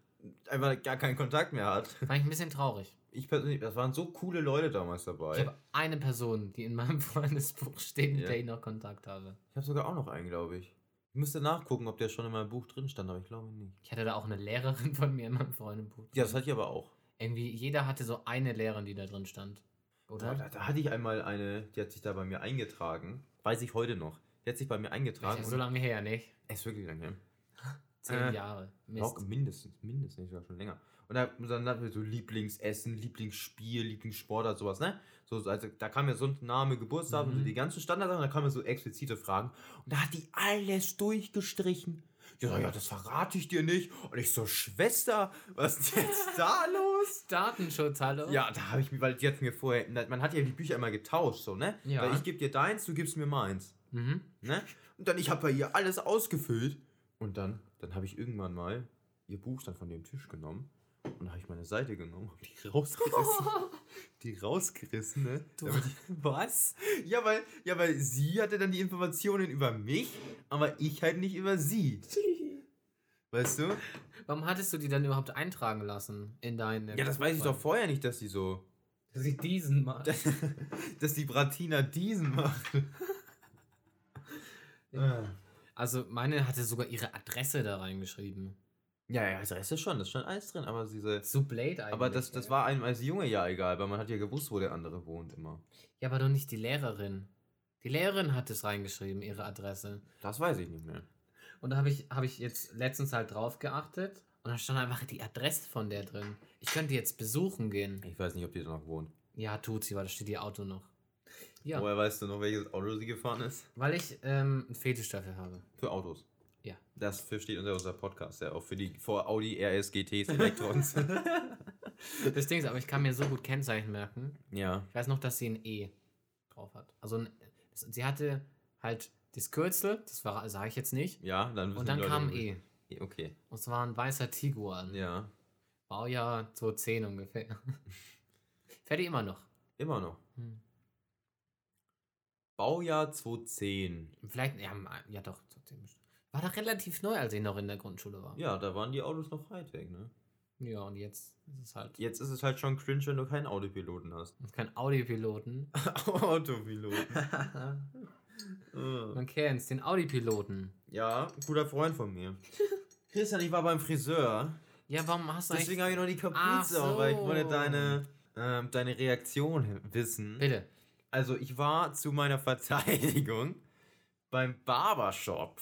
A: einfach gar keinen Kontakt mehr hat.
B: War ich ein bisschen traurig.
A: Ich persönlich, das waren so coole Leute damals dabei.
B: Ich habe eine Person, die in meinem Freundesbuch steht, mit
A: Ja.
B: der ich noch Kontakt habe.
A: Ich habe sogar auch noch einen, glaube ich. Ich müsste nachgucken, ob der schon in meinem Buch drin stand, aber ich glaube nicht.
B: Ich hatte da auch eine Lehrerin von mir in meinem Freundebuch.
A: Ja, das hatte ich aber auch.
B: Irgendwie jeder hatte so eine Lehrerin, die da drin stand.
A: Da,
B: Oder?
A: da, da hatte ich einmal eine, die hat sich da bei mir eingetragen. Weiß ich heute noch. Die hat sich bei mir
B: Das
A: eingetragen.
B: ist so lange her, nicht?
A: und, ist wirklich lange. her.
B: Zehn
A: Äh,
B: Jahre.
A: Auch
B: Mist.
A: mindestens, mindestens, sogar schon länger. Und da- und dann hatten wir so Lieblingsessen, Lieblingsspiel, Lieblingssportart, sowas, ne? So, so, also da kam ja so ein Name, Geburtsdatum,
B: Mhm.
A: so die ganzen Standardsachen, da kamen so explizite Fragen. Und da hat die alles durchgestrichen. Ja, ja, das verrate ich dir nicht. Und ich so, Schwester, was ist jetzt da los?
B: Datenschutz, hallo?
A: Ja, da habe ich mir, weil die hat mir vorher, man hat ja die Bücher immer getauscht, so, ne?
B: Ja.
A: Weil ich gebe dir deins, du gibst mir meins.
B: Mhm.
A: Ne? Und dann, ich habe bei ihr alles ausgefüllt. Und dann, dann habe ich irgendwann mal ihr Buch dann von dem Tisch genommen. Und habe ich meine Seite genommen und die rausgerissen. die rausgerissen, ne?
B: Du-
A: Damit ich-
B: Was?
A: Ja weil, ja, weil sie hatte dann die Informationen über mich, aber ich halt nicht über sie. Weißt du?
B: Warum hattest du die dann überhaupt eintragen lassen in deine.
A: Ja, das weiß ich doch
B: Freunde-
A: vorher nicht, dass sie so.
B: Dass ich diesen mal.
A: Dass, dass die Bratina diesen macht.
B: Ja. Also meine hatte sogar ihre Adresse da reingeschrieben.
A: Ja, ja, das Rest ist schon, das stand alles drin, aber diese.
B: So Blade eigentlich.
A: Aber das, das
B: ja.
A: war einem als Junge ja egal, weil man hat ja gewusst, wo der andere wohnt immer.
B: Ja, aber doch nicht die Lehrerin. Die Lehrerin hat es reingeschrieben, ihre Adresse.
A: Das weiß ich nicht mehr.
B: Und da habe ich, hab ich jetzt letztens halt drauf geachtet und da stand einfach die Adresse von der drin. Ich könnte jetzt besuchen gehen.
A: Ich weiß nicht, ob die da noch wohnt.
B: Ja, tut sie, weil da steht ihr Auto noch. Ja,
A: Woher weißt du noch, welches Auto sie gefahren ist?
B: weil ich ähm, einen Fetisch dafür habe.
A: Für Autos.
B: Ja.
A: Das versteht unser, unser Podcast, ja, auch für die vor Audi RS GTs Elektrons.
B: Das Ding ist, aber ich kann mir so gut Kennzeichen merken.
A: ja.
B: Ich weiß noch, dass sie ein E drauf hat. Also ein, sie hatte halt das Kürzel, das war sage ich jetzt nicht.
A: Ja, dann wissen
B: Und dann
A: die Leute,
B: kam
A: wo-
B: ein E.
A: Okay.
B: Und zwar ein weißer Tiguan.
A: Ja.
B: Baujahr 2010 ungefähr. Fährt die immer noch.
A: Immer noch.
B: Hm.
A: Baujahr 2010.
B: Vielleicht, ja, ma- ja doch, 2010 bestimmt. War doch relativ neu, als ich noch in der Grundschule war.
A: Ja, da waren die Autos noch Hightech, ne?
B: Ja, und jetzt ist es halt.
A: Jetzt ist es halt schon cringe, wenn du keinen Autopiloten hast.
B: Und kein Audi-Piloten.
A: Autopiloten. Ah.
B: Man kennt's, den Audi-Piloten.
A: Ja, guter Freund von mir. Christian, ich war beim Friseur.
B: Ja, warum hast du
A: Deswegen habe ich
B: eigentlich.
A: noch die
B: Ach
A: Kapuze
B: so.
A: auf, weil ich wollte deine, ähm, deine Reaktion wissen.
B: Bitte.
A: Also, ich war zu meiner Verteidigung beim Barbershop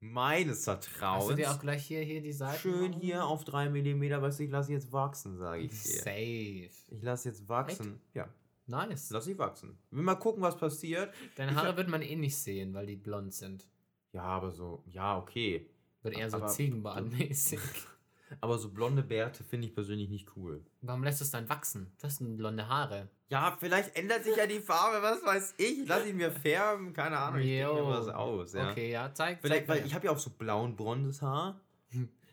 A: meines
B: Hast du
A: Vertrauens.
B: dir auch gleich hier, hier die Seite?
A: Schön hier auf 3 mm, weißt du, ich lasse jetzt wachsen, sage ich dir.
B: Safe.
A: Ich lasse jetzt wachsen. Ja,
B: Nice.
A: lass ich wachsen. Will mal gucken, was passiert.
B: Deine
A: Ich
B: Haare
A: hab-
B: wird man eh nicht sehen, weil die blond sind.
A: Ja, aber so, ja, okay.
B: Wird eher so
A: Aber-
B: Ziegenbart-mäßig.
A: Aber so blonde Bärte finde ich persönlich nicht cool.
B: Warum lässt du es dann wachsen? Du hast denn blonde Haare.
A: Ja, vielleicht ändert sich ja die Farbe, was weiß ich. Lass ihn mir färben, keine Ahnung. Ich denke mir
B: Jo.
A: was aus, ja.
B: Okay, ja, zeig.
A: Vielleicht,
B: zeig
A: weil
B: mir.
A: ich habe ja auch so blauen, blondes Haar.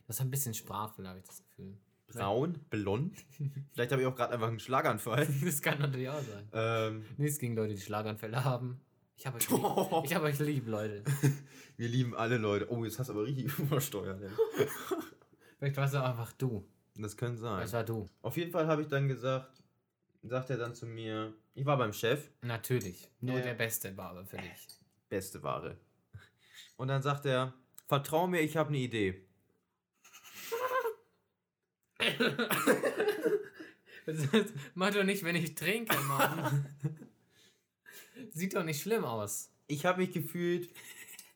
B: Das ist ein bisschen Sprachfehler, habe ich das Gefühl.
A: Braun, blond. Vielleicht habe ich auch gerade einfach einen Schlaganfall.
B: Das kann natürlich auch sein.
A: Ähm,
B: Nichts gegen Leute, die Schlaganfälle haben. Ich habe euch,
A: Oh.
B: lieb. Ich hab euch lieb, Leute.
A: wir lieben alle Leute. Oh, jetzt hast du aber richtig übersteuert. ey.
B: Vielleicht warst du auch einfach du.
A: Das könnte sein.
B: Es war du.
A: Auf jeden Fall habe ich dann gesagt, sagt er dann zu mir, ich war beim Chef,
B: Natürlich. Nur
A: Ja.
B: der beste Barber für dich.
A: beste Ware. Und dann sagt er, vertrau mir, ich habe eine Idee.
B: Das heißt, mach doch nicht, wenn ich trinke, Mann. Sieht doch nicht schlimm aus.
A: Ich habe mich gefühlt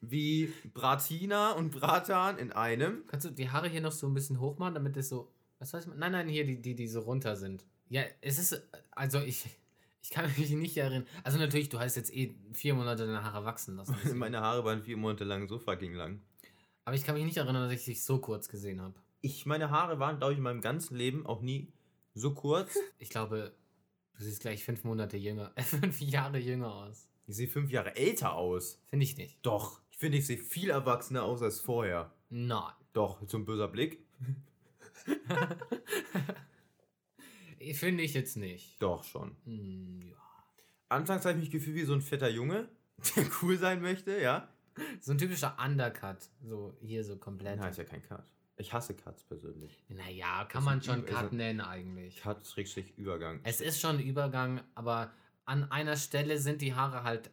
A: wie Bratina und Bratan in einem.
B: Kannst du die Haare hier noch so ein bisschen hoch machen, damit es so. Was weiß ich? Nein, nein, hier, die, die, die so runter sind. Ja, es ist. Also ich. Ich kann mich nicht erinnern. Also natürlich, du hast jetzt eh vier Monate deine Haare wachsen lassen. deswegen.
A: Meine Haare waren vier Monate lang so fucking lang.
B: Aber ich kann mich nicht erinnern, dass ich dich so kurz gesehen habe.
A: Ich, meine Haare waren, glaube ich, in meinem ganzen Leben auch nie so kurz.
B: Ich glaube, du siehst gleich fünf Monate jünger, äh, fünf Jahre jünger aus.
A: Ich sehe fünf Jahre älter aus.
B: Finde ich nicht.
A: Doch. Ich finde, ich sehe viel erwachsener aus als vorher.
B: Nein.
A: Doch, so ein böser Blick.
B: Finde ich jetzt nicht.
A: Doch schon.
B: Hm, ja.
A: Anfangs habe ich mich gefühlt wie so ein fetter Junge, der cool sein möchte, ja.
B: So ein typischer Undercut. So hier so komplett.
A: Nein, ist ja kein Cut. Ich hasse Cuts persönlich.
B: Naja, kann
A: Ist
B: man
A: ein
B: schon
A: Über- ist
B: Cut
A: ein-
B: nennen eigentlich.
A: Cut schrägstrich Übergang.
B: Es ist schon ein Übergang, aber an einer Stelle sind die Haare halt,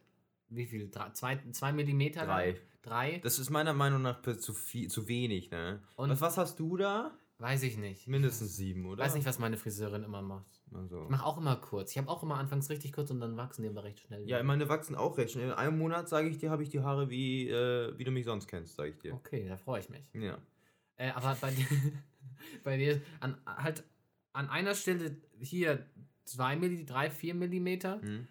B: wie viel? Drei, zwei, zwei Millimeter?
A: Drei.
B: lang? Drei?
A: Das ist meiner Meinung nach per- zu viel, zu wenig, ne?
B: Und-
A: was, was hast du da?
B: Weiß ich nicht.
A: Mindestens sieben,
B: Ich
A: oder?
B: weiß nicht, was meine Friseurin immer macht.
A: Also.
B: Ich mache auch immer kurz. Ich habe auch immer anfangs richtig kurz und dann wachsen die aber recht schnell.
A: Ja, meine wachsen auch recht schnell. In einem Monat, sage ich dir, habe ich die Haare wie, äh, wie du mich sonst kennst, sage ich dir.
B: Okay, da freue ich mich.
A: Ja.
B: Äh, aber bei dir, bei dir an, halt an einer Stelle hier 2 Milli, 3, 4 Millimeter
A: Hm?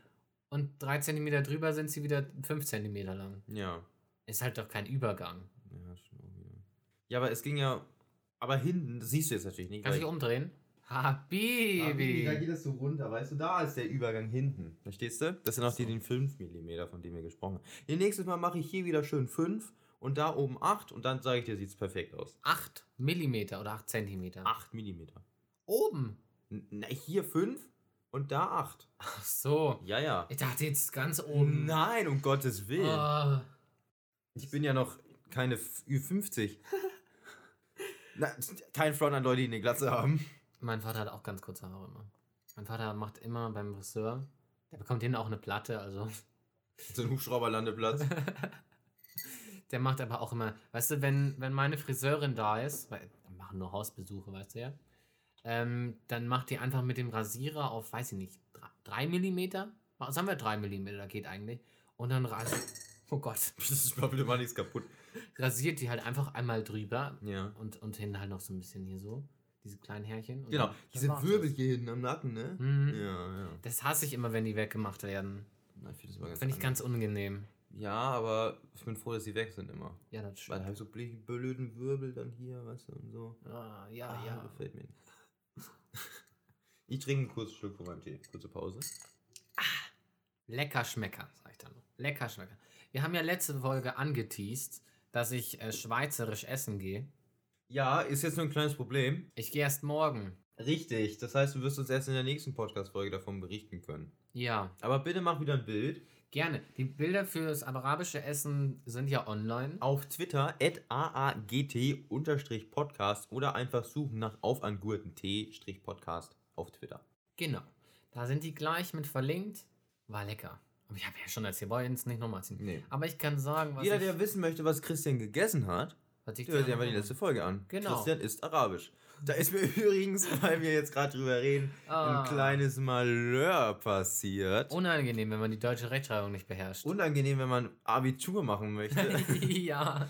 B: und 3 Zentimeter drüber sind sie wieder 5 Zentimeter lang.
A: Ja.
B: Ist halt doch kein Übergang.
A: Ja, schon auch wieder. Ja, aber es ging ja. Aber hinten, das siehst du jetzt natürlich nicht.
B: Kannst
A: weil-
B: du dich umdrehen?
A: Baby, Da geht
B: Habibi!
A: das so runter, weißt du? Da ist der Übergang hinten. Verstehst du? Das sind auch die den 5 mm, von dem wir gesprochen haben. Ja, nächstes Mal mache ich hier wieder schön 5 und da oben 8 und dann sage ich dir, sieht es perfekt aus.
B: 8 Millimeter oder 8 Zentimeter.
A: 8 mm.
B: Oben!
A: Na, ne, hier 5 und da 8.
B: Ach so.
A: Ja, ja.
B: Ich dachte jetzt ganz oben.
A: Nein, um Gottes Willen.
B: Oh.
A: Ich bin ja noch keine F- Ü50. Na, kein Front an Leute, die eine Glatze haben.
B: Mein Vater hat auch ganz kurze Haare immer. Mein Vater macht immer beim Friseur, der bekommt hinten auch eine Platte, also.
A: So ein Hubschrauberlandeplatz.
B: Der macht aber auch immer, weißt du, wenn, wenn meine Friseurin da ist, weil wir machen nur Hausbesuche, weißt du ja, ähm, dann macht die einfach mit dem Rasierer auf, weiß ich nicht, 3 mm? Sagen wir 3 mm, geht eigentlich. Und dann rasiert, oh Gott,
A: Das ist mal mal nichts kaputt.
B: rasiert die halt einfach einmal drüber
A: Ja.
B: und, und hinten halt noch so ein bisschen hier so, diese kleinen Härchen. Und
A: Genau,
B: dann-
A: diese
B: dann war's
A: Wirbel hier hinten am Nacken, ne?
B: das. Mhm.
A: Ja, ja.
B: Das hasse ich immer, wenn die weggemacht werden.
A: Nein, ich finde das immer ganz
B: Finde ich
A: angenehm.
B: ganz unangenehm.
A: Ja, aber ich bin froh, dass sie weg sind immer.
B: Ja, das
A: Weil da habe
B: stimmt.
A: ich so blö- blöden Wirbel dann hier, weißt du, und so.
B: Ah, ja,
A: Ah,
B: ja.
A: Gefällt mir nicht. Ich trinke einen kurzen Schluck von meinem Tee. Kurze Pause.
B: Lecker Schmecker, sag ich dann noch. Lecker Schmecker. Wir haben ja letzte Folge angeteased, dass ich äh, schweizerisch essen gehe.
A: Ja, ist jetzt nur ein kleines Problem.
B: Ich gehe erst morgen.
A: Richtig, das heißt, du wirst uns erst in der nächsten Podcast-Folge davon berichten können.
B: Ja,
A: Aber bitte mach wieder ein Bild.
B: gerne. Die Bilder für das arabische Essen sind ja online.
A: Auf Twitter, at aagt-podcast oder einfach suchen nach auf an guten Tee-podcast auf Twitter.
B: Genau. Da sind die gleich mit verlinkt. War lecker. Aber ich habe ja schon erzählt, wollen jetzt nicht nochmal erzählen.
A: Nee.
B: Aber ich kann sagen, was
A: Jeder,
B: ich...
A: der wissen möchte, was Christian gegessen hat,
B: was ich
A: Ich höre dir
B: gerne
A: einfach die letzte Folge an.
B: Genau.
A: Christian ist arabisch. Da ist mir übrigens, weil wir jetzt gerade drüber reden,
B: Ah.
A: ein kleines Malheur passiert.
B: Unangenehm, wenn man die deutsche Rechtschreibung nicht beherrscht.
A: Unangenehm, wenn man Abitur machen möchte.
B: ja.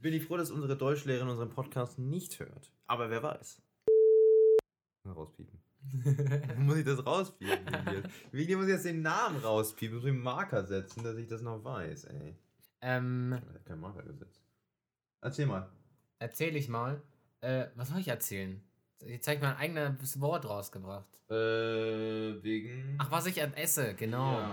A: Bin ich froh, dass unsere Deutschlehrerin unseren Podcast nicht hört. Aber wer weiß. Rauspiepen. muss ich das rauspiepen? Julius? Wegen dir muss ich jetzt den Namen rauspiepen, muss ich einen Marker setzen, dass ich das noch weiß, ey.
B: ähm,
A: Ich habe keinen Marker gesetzt. Erzähl mal.
B: erzähle ich mal. Äh, was soll ich erzählen? Jetzt habe ich mein eigenes Wort rausgebracht.
A: Äh, wegen.
B: Ach, was ich esse, genau.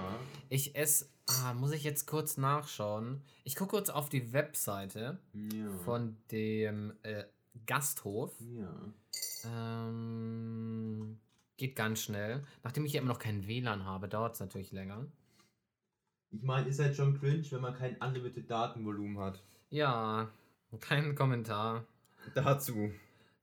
B: Ich esse. Ah, muss ich jetzt kurz nachschauen. Ich gucke kurz auf die Webseite
A: Ja.
B: genau. von dem äh, Gasthof.
A: Ja.
B: Ähm, geht ganz schnell. Nachdem ich ja immer noch kein WLAN habe, dauert es natürlich länger.
A: Ich meine, ist halt schon cringe, wenn man kein unlimited Datenvolumen hat.
B: Ja, kein Kommentar.
A: Dazu.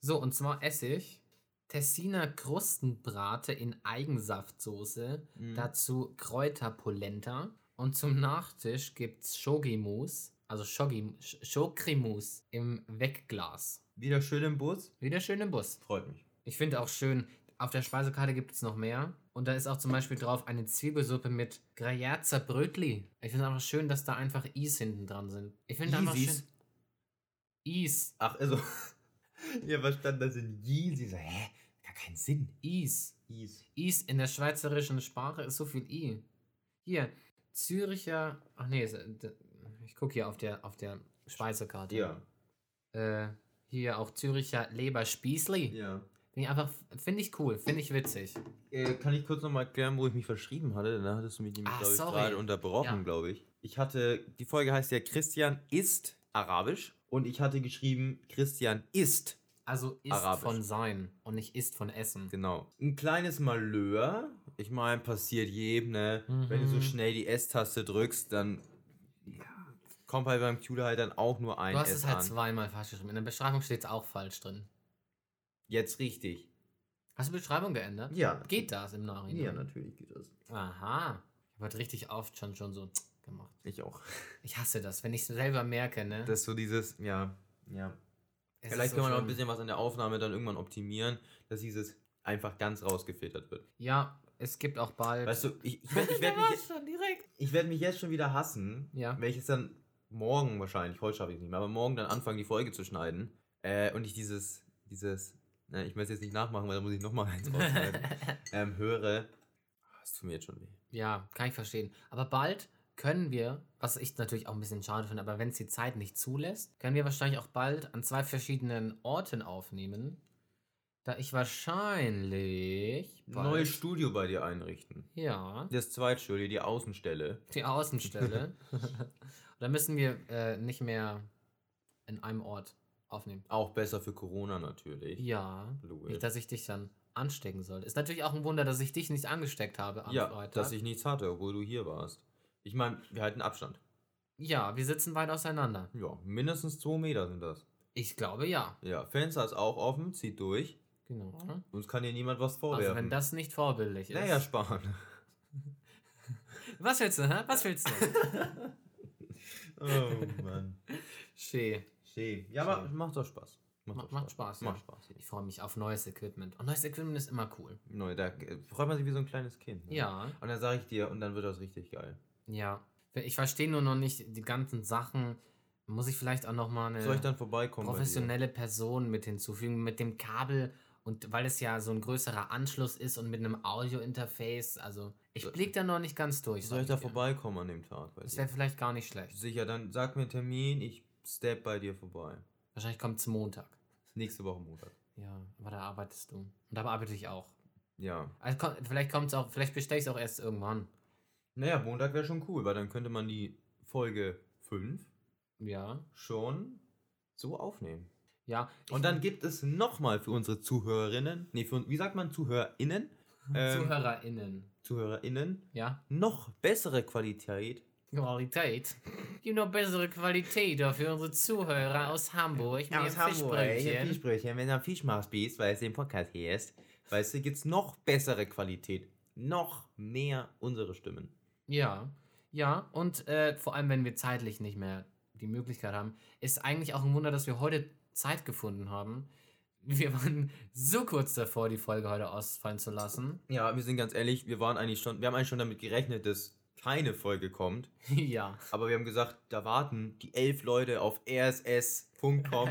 B: So, und zwar esse ich Tessiner Krustenbrate in Eigensaftsoße.
A: Mhm.
B: Dazu Kräuterpolenta. Und zum Nachtisch gibt's Shogi-Mousse, also Shogi- Sch- Schokrimus im Wegglas.
A: Wieder schön im Bus.
B: Wieder schön im Bus.
A: Freut mich.
B: Ich finde auch schön, auf der Speisekarte gibt es noch mehr. Und da ist auch zum Beispiel drauf eine Zwiebelsuppe mit Grajaza Brötli. Ich finde einfach schön, dass da einfach Is hinten dran sind. Ich finde einfach
A: Yeezys?
B: schön. Is.
A: Ach, also. Ich hab verstanden, das sind Yeezys. Hä? Gar keinen Sinn.
B: Is.
A: Yeez.
B: Is in der schweizerischen Sprache ist so viel I. Hier, Züricher. Ach nee, es- d- ich gucke hier auf der, auf der Schweizer Karte.
A: Ja,
B: Äh, hier auch Züricher Leberspießli.
A: ja.
B: Finde ich einfach, finde ich cool, finde ich witzig.
A: Äh, kann ich kurz nochmal erklären, wo ich mich verschrieben hatte? Danach hattest du mich nämlich,
B: Ah,
A: glaube ich,
B: sorry.
A: gerade unterbrochen,
B: Ja.
A: glaube ich. Ich hatte, die Folge heißt ja Christian ist arabisch und ich hatte geschrieben, Christian ist.
B: Also ist
A: Arabisch.
B: von sein und nicht ist von essen.
A: Genau. Ein kleines Malheur. Ich meine, passiert jedem, ne? Wenn du so
B: Mhm.
A: schnell die S-Taste drückst, dann kommt halt beim Computer halt dann auch nur ein
B: Du hast
A: S
B: es halt
A: an.
B: zweimal falsch geschrieben. In der Beschreibung steht es auch falsch drin.
A: Jetzt richtig.
B: Hast du die Beschreibung geändert?
A: Ja.
B: Geht das im Nachhinein?
A: natürlich geht das.
B: Aha. Ich habe richtig oft schon, schon so gemacht.
A: Ich auch.
B: Ich hasse das, wenn ich es selber merke, ne?
A: Das ist so dieses, ja, ja.
B: Es
A: Vielleicht
B: ist so
A: können wir noch ein
B: schlimm.
A: bisschen was an der Aufnahme dann irgendwann optimieren, dass dieses einfach ganz rausgefiltert wird.
B: Ja, es gibt auch bald.
A: Weißt du, ich, ich werde ich werd
B: Der war's
A: mich,
B: schon direkt.
A: ich werd mich jetzt schon wieder hassen,
B: Ja.
A: wenn ich es dann morgen wahrscheinlich, heute schaffe ich es nicht mehr, aber morgen dann anfangen, die Folge zu schneiden äh, und ich dieses, dieses, ne, ich möchte es jetzt nicht nachmachen, weil da muss ich nochmal eins rausschneiden, ähm, höre. Ah, Es tut mir jetzt schon weh.
B: ja, kann ich verstehen. Aber bald können wir, was ich natürlich auch ein bisschen schade finde, aber wenn es die Zeit nicht zulässt, können wir wahrscheinlich auch bald an zwei verschiedenen Orten aufnehmen. Da ich wahrscheinlich. bald-
A: Neues Studio bei dir einrichten.
B: Ja.
A: Das Zweitstudio, die Außenstelle.
B: Die Außenstelle. Und dann müssen wir äh, nicht mehr in einem Ort aufnehmen.
A: Auch besser für Corona natürlich.
B: Ja.
A: Logisch.
B: Nicht, dass ich dich dann anstecken sollte. Ist natürlich auch ein Wunder, dass ich dich nicht angesteckt habe am
A: ja,
B: Freitag.
A: dass ich nichts hatte, obwohl du hier warst. Ich meine, wir halten Abstand.
B: ja, wir sitzen weit auseinander.
A: Ja, mindestens zwei Meter sind das.
B: Ich glaube ja.
A: Ja, Fenster ist auch offen, zieht durch.
B: Genau.
A: Uns kann hier niemand was vorwerfen.
B: Also wenn das nicht vorbildlich ist.
A: naja, Spahn.
B: Was willst du, hä? Was willst du?
A: Oh Mann.
B: Schee.
A: Schön. Ja, aber macht doch Spaß.
B: Ma- macht Spaß, ja.
A: Macht Spaß.
B: Ich freue mich auf neues Equipment. Und neues Equipment ist immer cool.
A: Neu, da äh, freut man sich wie so ein kleines Kind. ne?
B: Ja.
A: Und dann sage ich dir, und dann wird das richtig geil.
B: Ja. Ich verstehe nur noch nicht die ganzen Sachen. Muss ich vielleicht auch nochmal eine.
A: Soll ich dann vorbeikommen? bei dir?
B: professionelle Person mit hinzufügen, mit dem Kabel und weil es ja so ein größerer Anschluss ist und mit einem Audio-Interface, also ich
A: So-
B: blick da noch nicht ganz durch.
A: Soll ich da
B: sag dir.
A: vorbeikommen an dem Tag? bei
B: Das
A: dir?
B: wäre vielleicht gar nicht schlecht.
A: Sicher, dann sag mir einen Termin, ich step bei dir vorbei.
B: Wahrscheinlich kommt es Montag.
A: Nächste Woche Montag.
B: Ja, aber da arbeitest du. Und da arbeite ich auch.
A: Ja.
B: Also komm, vielleicht kommt es auch, vielleicht bestelle ich es auch erst irgendwann.
A: Naja, Montag wäre schon cool, weil dann könnte man die Folge 5
B: Ja.
A: schon so aufnehmen.
B: Ja.
A: Und dann gibt es nochmal für unsere Zuhörerinnen, nee, für, wie sagt man ZuhörerInnen? Ähm,
B: ZuhörerInnen.
A: ZuhörerInnen
B: Ja.
A: noch bessere Qualität.
B: Qualität. Gibt noch bessere Qualität für unsere Zuhörer aus Hamburg. mit ihrem Fischbrötchen.
A: Fischbrötchen, wenn du am Fischmarkt bist, weil es den Podcast hier ist, weißt du, gibt es noch bessere Qualität. Noch mehr unsere Stimmen.
B: Ja, ja, und äh, vor allem, wenn wir zeitlich nicht mehr die Möglichkeit haben, ist eigentlich auch ein Wunder, dass wir heute Zeit gefunden haben. Wir waren so kurz davor, die Folge heute ausfallen zu lassen.
A: Ja, wir sind ganz ehrlich, wir waren eigentlich schon, wir haben eigentlich schon damit gerechnet, dass keine Folge kommt.
B: ja,
A: Aber wir haben gesagt, da warten die elf Leute auf rss.com,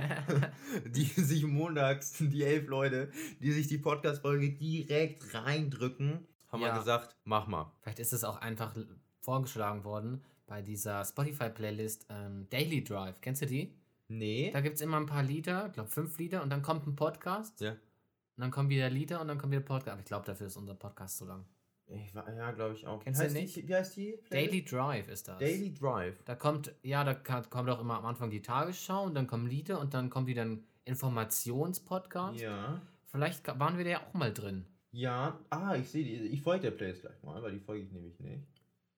A: die sich montags, die elf Leute, die sich die Podcast-Folge direkt reindrücken, haben
B: Ja.
A: wir gesagt, mach mal.
B: vielleicht ist es auch einfach l- vorgeschlagen worden bei dieser Spotify-Playlist ähm, Daily Drive. Kennst du die?
A: Nee.
B: Da gibt es immer ein paar Lieder, ich glaube fünf Lieder, und dann kommt ein Podcast.
A: Ja.
B: Und dann kommen wieder Lieder und dann kommt wieder Podcast. Aber ich glaube, dafür ist unser Podcast zu lang.
A: Ich war, ja, glaube ich auch.
B: Kennst du
A: heißt
B: nicht?
A: Die, wie heißt die?
B: Daily Drive ist das.
A: Daily Drive.
B: Da kommt, ja, da ka- kommt auch immer am Anfang die Tagesschau und dann kommen Lieder und dann kommt wieder ein Informationspodcast.
A: Ja.
B: Vielleicht ka- waren wir da ja auch mal drin.
A: Ja. Ah, ich sehe die. Ich folge der Playlist gleich mal, weil die folge ich nämlich nicht.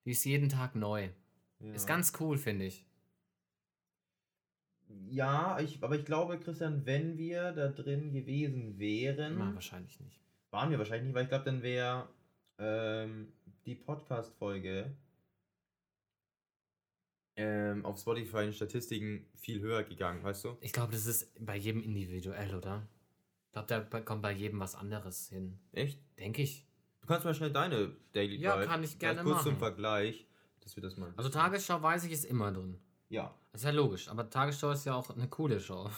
B: Die ist jeden Tag neu.
A: Ja.
B: Ist ganz cool, finde ich.
A: Ja, ich, aber ich glaube, Christian, wenn wir da drin gewesen wären.
B: Na, wahrscheinlich nicht.
A: Waren wir wahrscheinlich nicht, weil ich glaube, dann wäre ähm, die Podcast-Folge ähm, auf Spotify in Statistiken viel höher gegangen, weißt du?
B: Ich glaube, das ist bei jedem individuell, oder? Ich glaube, da be- kommt bei jedem was anderes hin.
A: Echt?
B: Denke ich.
A: Du kannst mal schnell deine Daily
B: Ja,
A: Drive-
B: kann ich
A: mal
B: gerne
A: kurz zum
B: machen.
A: Vergleich, dass wir das mal.
B: Also Tagesschau weiß ich, ist immer drin.
A: Ja.
B: Das ist ja logisch, aber Tagesschau ist ja auch eine coole Show.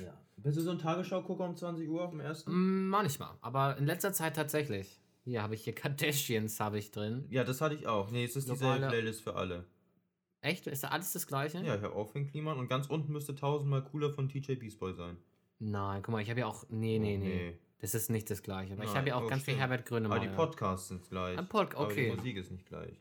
A: ja. Bist du so ein Tagesschau-Gucker um 20 Uhr am ersten?
B: Hm, Manchmal, aber in letzter Zeit tatsächlich. Hier habe ich hier Kardashians habe ich drin.
A: Ja, das hatte ich auch. Nee, es ist dieselbe
B: Globale- Mhm.
A: Playlist für alle.
B: Echt? Ist da alles das gleiche?
A: Ja, ich habe auch Finn Kliman und ganz unten müsste tausendmal cooler von TJ Beast Boy sein.
B: Nein, guck mal, ich habe ja auch. Nee, nee, nee, Das ist nicht das gleiche. Aber ich habe ja
A: Oh, Nein,
B: auch
A: oh,
B: ganz viel
A: stimmt.
B: Herbert
A: Aber
B: Grönemeyer.
A: die Podcasts sind gleich.
B: Ah, Pod-
A: Aber die
B: okay.
A: Musik ist nicht gleich.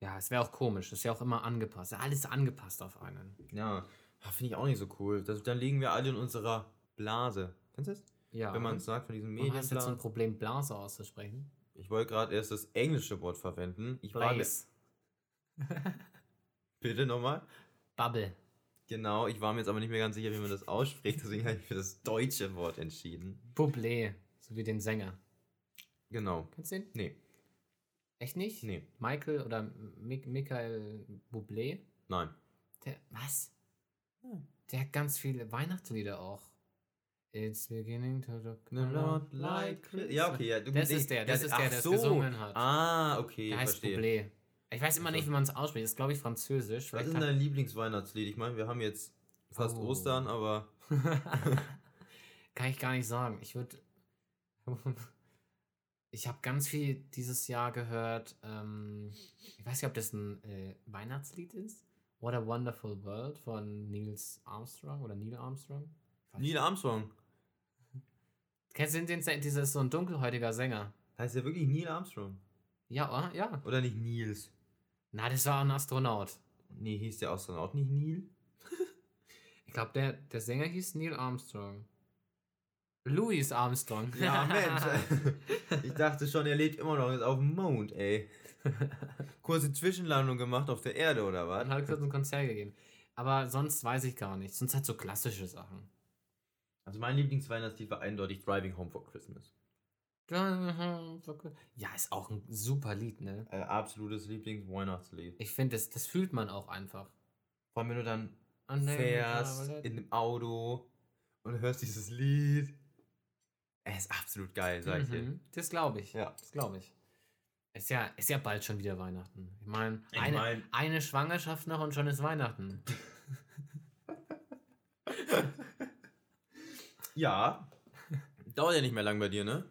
B: Ja, es wäre auch komisch. Das ist ja auch immer angepasst. Alles angepasst auf einen.
A: Ja, Ah, finde ich auch nicht so cool. Das, dann liegen wir alle in unserer Blase. Kennst du das?
B: Ja.
A: Wenn man es sagt, von diesem
B: Man hat jetzt so ein
A: Medienplan.
B: Problem, Blase auszusprechen.
A: Ich wollte gerade erst das englische Wort verwenden. Ich war mir-
B: Blaze.
A: Bitte nochmal.
B: Bubble.
A: Genau, ich war mir jetzt aber nicht mehr ganz sicher, wie man das ausspricht, deswegen habe ich für das deutsche Wort entschieden.
B: Bublé. So wie den Sänger.
A: Genau.
B: Kennst du den?
A: Nee,
B: Echt nicht?
A: nee,
B: Michael oder Mik Michael Bublé?
A: nein.
B: Der, was?
A: Ja.
B: Der hat ganz viele Weihnachtslieder auch. It's beginning to look
A: The Lord like Christ- Ja, okay, ja. Du,
B: Das
A: nee,
B: ist der, das ist der,
A: ach
B: der es gesungen hat.
A: Ah, okay,
B: Der heißt
A: verstehe.
B: Bublé. Ich weiß immer
A: Ach so.
B: nicht, wie man es ausspricht. Das ist, glaube ich, französisch.
A: Was ist
B: Vielleicht
A: denn dein Lieblingsweihnachtslied? Ich meine, wir haben jetzt fast
B: Oh.
A: Ostern, aber
B: hat- Kann ich gar nicht sagen. Ich würde. Ich habe ganz viel dieses Jahr gehört. Ähm, ich weiß nicht, ob das ein äh, Weihnachtslied ist. What a Wonderful World von Nils Armstrong oder Neil Armstrong. Ich weiß
A: Neil Armstrong.
B: Kennst du den, den, dieses so ein dunkelhäutiger Sänger?
A: Heißt der wirklich Neil Armstrong?
B: Ja, oder? Ja.
A: Oder nicht Nils?
B: Na, das war ein Astronaut.
A: Nee, hieß der Astronaut nicht Neil?
B: Ich glaube, der, der Sänger hieß Neil Armstrong. Louis Armstrong.
A: Ja, Mensch. ich dachte schon, er lebt immer noch, ist auf dem Mond, ey. Kurze Zwischenlandung gemacht auf der Erde, oder
B: Dann
A: was?
B: hat halt kurz ein Konzert gegeben. Aber sonst weiß ich gar nicht. Sonst halt so klassische Sachen.
A: Also mein Lieblingsweihnachtslied war eindeutig Driving Home for Christmas.
B: Ja, ist auch ein super Lied, ne?
A: Äh, absolutes Lieblingsweihnachtslied.
B: Ich finde, das, das fühlt man auch einfach.
A: Vor allem, wenn du dann
B: An dem
A: fährst
B: Kabarett.
A: in dem Auto und hörst dieses Lied. Es ist absolut geil, sag ich dir.
B: Mhm, das glaube ich.
A: Ja.
B: Das glaube ich. Ist ja, ist ja bald schon wieder Weihnachten. Ich meine,
A: Ich
B: eine,
A: mein-
B: eine Schwangerschaft noch und schon ist Weihnachten.
A: Ja. Dauert ja nicht mehr lang bei dir, ne?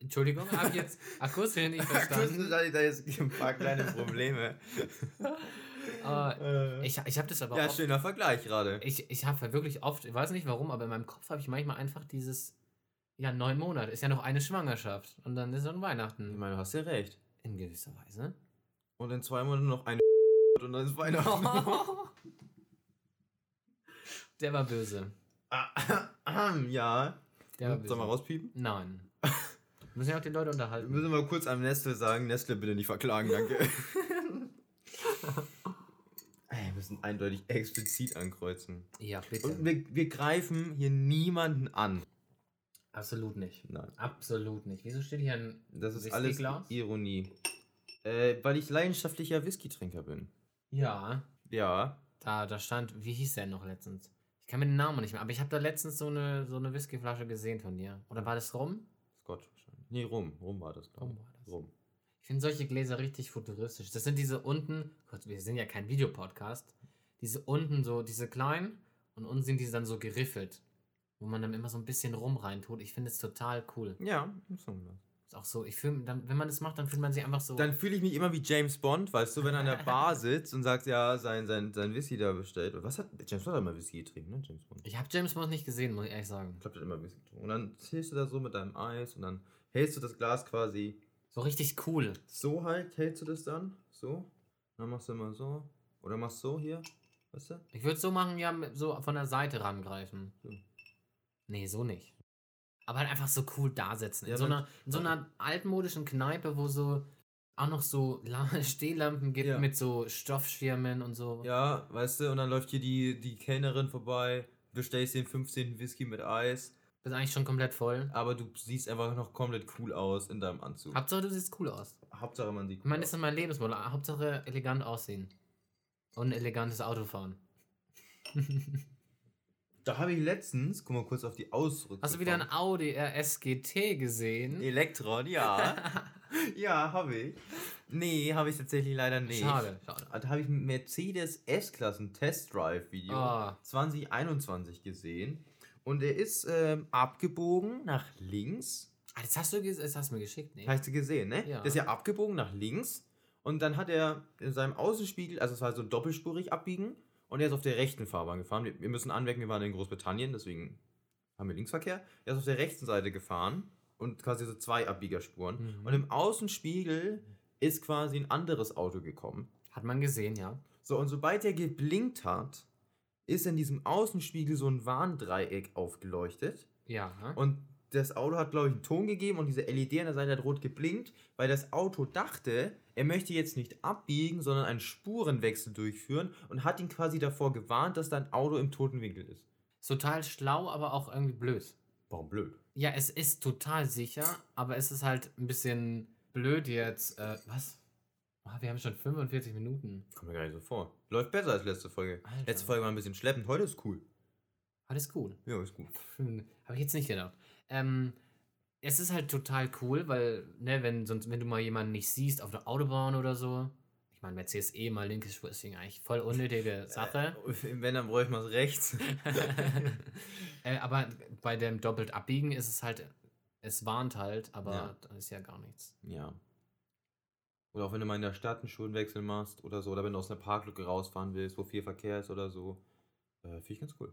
B: Entschuldigung, habe ich jetzt akustisch nicht
A: Verstanden.
B: verstanden.
A: Da jetzt ein paar kleine Probleme.
B: Aber
A: Äh,
B: ich ich habe das aber
A: ja,
B: oft,
A: schöner Vergleich gerade.
B: ich, ich habe wirklich oft, ich weiß nicht warum, aber in meinem Kopf habe ich manchmal einfach dieses, ja, neun Monate, ist ja noch eine Schwangerschaft und dann ist schon
A: Ich
B: Weihnachten.
A: meine, du hast ja recht.
B: In gewisser Weise.
A: Und in zwei Monaten noch eine und dann ist Weihnachten.
B: Der war böse.
A: ja. Hm,
B: Der war böse.
A: Sollen wir rauspiepen?
B: Nein. Wir müssen ja auch die Leute
A: Wir
B: unterhalten.
A: müssen mal kurz einem Nestle sagen, Nestle bitte nicht verklagen, danke. Ey, wir müssen eindeutig explizit ankreuzen.
B: Ja,
A: Und
B: bitte.
A: wir, wir greifen hier niemanden an.
B: Absolut nicht.
A: Nein,
B: Absolut nicht. Wieso steht hier ein.
A: das ist
B: Whiskyglas?
A: alles Ironie. Äh, weil ich leidenschaftlicher Whisky-Trinker bin.
B: Ja.
A: Ja,
B: Da, da stand, wie hieß der noch letztens? Ich kann mir den Namen nicht mehr, aber ich habe da letztens so eine, so eine Whiskyflasche gesehen von dir. Oder war das rum?
A: Scotch wahrscheinlich. Nee, rum. Rum war das, glaube
B: Rum
A: ich.
B: war das.
A: Rum.
B: Ich finde solche Gläser richtig futuristisch. Das sind diese unten, Gott, wir sind ja kein Videopodcast, diese unten so, diese kleinen und unten sind diese dann so geriffelt, wo man dann immer so ein bisschen rum reintut. Ich finde es total cool.
A: Ja, so ein Glas.
B: Ist auch so, ich fühle, dann, wenn man das macht, dann fühlt man sich einfach so.
A: Dann fühle ich mich immer wie James Bond, weißt du, wenn er an der Bar sitzt und sagt, ja, sein, sein, sein Whisky da bestellt. Was hat James Bond hat immer Whisky getrunken, ne? James Bond.
B: ich habe James Bond nicht gesehen, muss ich ehrlich sagen.
A: Ich glaube, der hat immer Whisky getrunken. Und dann hilfst du da so mit deinem Eis und dann hältst du das Glas quasi
B: So richtig cool.
A: so halt, hältst du das dann, so. Und dann machst du immer so. Oder machst so hier, weißt du?
B: Ich würde so machen, ja, mit- so von der Seite rangreifen.
A: So.
B: Nee, so nicht. Aber halt einfach so cool dasetzen. In,
A: Ja,
B: so,
A: wenn-
B: einer, in so einer altmodischen Kneipe, wo so auch noch so La- Stehlampen gibt
A: Ja.
B: mit so Stoffschirmen und so.
A: Ja, weißt du, und dann läuft hier die, die Kellnerin vorbei, bestellst den 15. Whisky mit Eis,
B: Bist eigentlich schon komplett voll.
A: aber du siehst einfach noch komplett cool aus in deinem Anzug.
B: Hauptsache, du siehst cool aus.
A: Hauptsache man sieht
B: Ich meine, das ist mein Lebensmodell. Hauptsache elegant aussehen. Und elegantes Autofahren.
A: Da habe ich letztens, guck mal kurz auf die Ausrüstung.
B: Hast du wieder ein Audi RS GT gesehen?
A: Elektron, ja. ja, habe ich. Nee, habe ich tatsächlich leider nicht. Ah,
B: Schade, schade.
A: Da habe ich ein Mercedes S-Klassen Test Drive Video
B: Ah.
A: 2021 gesehen. Und er ist ähm, abgebogen nach links.
B: Ah, das hast du ges- das hast du mir geschickt, ne?
A: Hast du gesehen, ne?
B: Ja.
A: Der ist ja abgebogen nach links. Und dann hat er in seinem Außenspiegel, also es war so doppelspurig abbiegen. Und er ist auf der rechten Fahrbahn gefahren. Wir, wir müssen anmerken, wir waren in Großbritannien, deswegen haben wir Linksverkehr. Er ist auf der rechten Seite gefahren und quasi so zwei Abbiegerspuren.
B: Mhm.
A: Und im Außenspiegel ist quasi ein anderes Auto gekommen.
B: Hat man gesehen, ja.
A: So, und sobald er geblinkt hat, ist in diesem Außenspiegel so ein Warndreieck aufgeleuchtet.
B: Ja. ne?
A: Und das Auto hat, glaube ich, einen Ton gegeben und diese LED an der Seite hat rot geblinkt, weil das Auto dachte, er möchte jetzt nicht abbiegen, sondern einen Spurenwechsel durchführen und hat ihn quasi davor gewarnt, dass da ein Auto im toten Winkel ist.
B: Ist total schlau, aber auch irgendwie blöd.
A: Warum blöd?
B: Ja, es ist total sicher, aber es ist halt ein bisschen blöd jetzt. Äh, was? Ah, wir haben schon 45 Minuten.
A: Kommt mir gar nicht so vor. Läuft besser als letzte Folge.
B: Alter.
A: Letzte Folge war ein bisschen schleppend, heute ist cool.
B: Alles cool.
A: Ja, ist gut.
B: Habe ich jetzt nicht gedacht. Ähm, es ist halt total cool, weil, ne, wenn, sonst, wenn du mal jemanden nicht siehst auf der Autobahn oder so. Ich meine, Mercedes eh mal linke Spur ist deswegen eigentlich voll unnötige Sache.
A: Äh, wenn, dann bräuchte ich mal rechts.
B: äh, aber bei dem doppelt abbiegen ist es halt, es warnt halt, aber
A: Ja.
B: da ist ja gar nichts.
A: ja. Oder auch wenn du mal in der Stadt einen Schulenwechsel machst oder so, oder wenn du aus einer Parklücke rausfahren willst, wo viel Verkehr ist oder so. Äh, Finde ich ganz cool.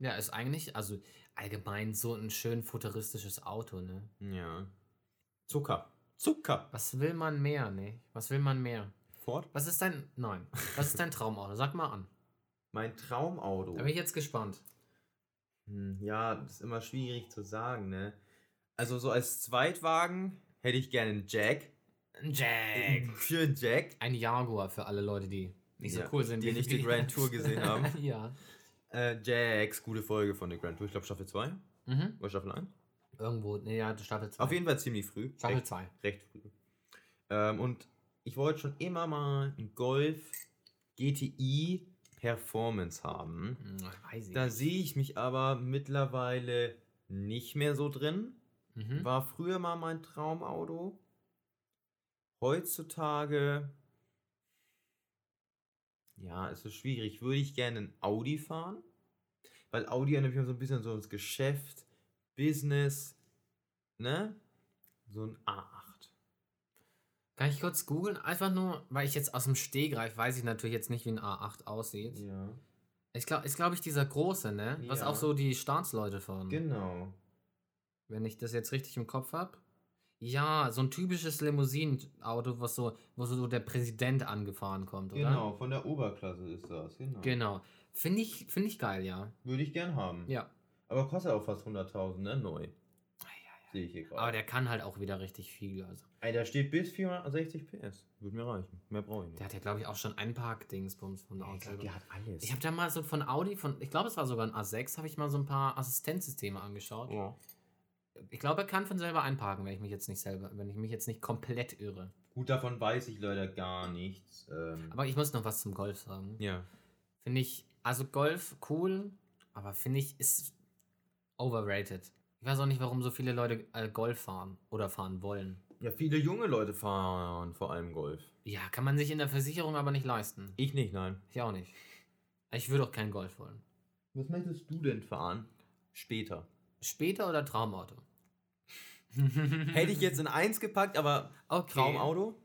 B: Ja, ist eigentlich, also allgemein so ein schön futuristisches Auto, ne?
A: Ja. Zucker. Zucker.
B: Was will man mehr, ne? Was will man mehr?
A: Ford.
B: Was ist dein, nein, was ist dein Traumauto? Sag mal an.
A: Mein Traumauto.
B: Da bin ich jetzt gespannt.
A: Hm, ja, das ist immer schwierig zu sagen, ne? Also so als Zweitwagen hätte ich gerne einen Jack.
B: Ein Jack.
A: Für einen Jack.
B: Ein Jaguar für alle Leute, die nicht so
A: Ja,
B: cool sind.
A: die
B: wie
A: nicht die
B: wir.
A: Grand Tour gesehen haben.
B: ja.
A: Äh, Jacks, gute Folge von der Grand Tour. Ich glaube Staffel 2
B: Mhm.
A: oder Staffel 1.
B: Irgendwo, ne, ja, Staffel 2.
A: Auf jeden Fall ziemlich früh.
B: Staffel
A: recht,
B: 2.
A: recht früh. Ähm, und ich wollte schon immer mal einen Golf GTI Performance haben.
B: Hm, Weiß ich.
A: Da sehe ich mich aber mittlerweile nicht mehr so drin.
B: mhm.
A: War früher mal mein Traumauto. Heutzutage. Ja, es ist schwierig. Würde ich gerne einen Audi fahren? Weil Audi erinnert mich immer so ein bisschen so ins Geschäft, Business, ne? So ein A8.
B: Kann ich kurz googeln? Einfach nur, weil ich jetzt aus dem Stehgreif weiß ich natürlich jetzt nicht, wie ein A8 aussieht.
A: Ja.
B: Ich glaube, ist glaube ich dieser große, ne? Was
A: Ja.
B: auch so die Staatsleute fahren.
A: Genau.
B: Wenn ich das jetzt richtig im Kopf habe. Ja, so ein typisches Limousinenauto, was so, wo so der Präsident angefahren kommt, oder?
A: Genau, von der Oberklasse ist das. Genau.
B: Genau. Finde ich, find ich geil, ja.
A: Würde ich gern haben.
B: Ja.
A: Aber kostet auch fast 100.000, ne? Neu. Sehe ich hier gerade.
B: Aber der kann halt auch wieder richtig viel. Also.
A: Ey, da steht bis 460 PS. Würde mir reichen. Mehr brauche ich nicht.
B: Der hat ja, glaube ich, auch schon ein paar Dingsbums von
A: Ey,
B: Auto.
A: ich glaub, der hat alles.
B: Ich habe da mal so von Audi, von, ich glaube, es war sogar ein A6, habe ich mal so ein paar Assistenzsysteme angeschaut.
A: ja.
B: Ich glaube, er kann von selber einparken, wenn ich mich jetzt nicht selber, wenn ich mich jetzt nicht komplett irre.
A: Gut, davon weiß ich leider gar nichts. Ähm,
B: Aber ich muss noch was zum Golf sagen.
A: ja.
B: Finde ich, also Golf cool, aber finde ich, ist overrated. Ich weiß auch nicht, warum so viele Leute äh, Golf fahren oder fahren wollen.
A: ja, viele junge Leute fahren vor allem Golf.
B: Ja, kann man sich in der Versicherung aber nicht leisten.
A: Ich nicht, nein.
B: Ich auch nicht. Ich würde auch keinen Golf wollen.
A: Was möchtest du denn fahren? Später.
B: Später oder Traumauto?
A: Hätte ich jetzt in eins gepackt, aber
B: Okay.
A: Traumauto?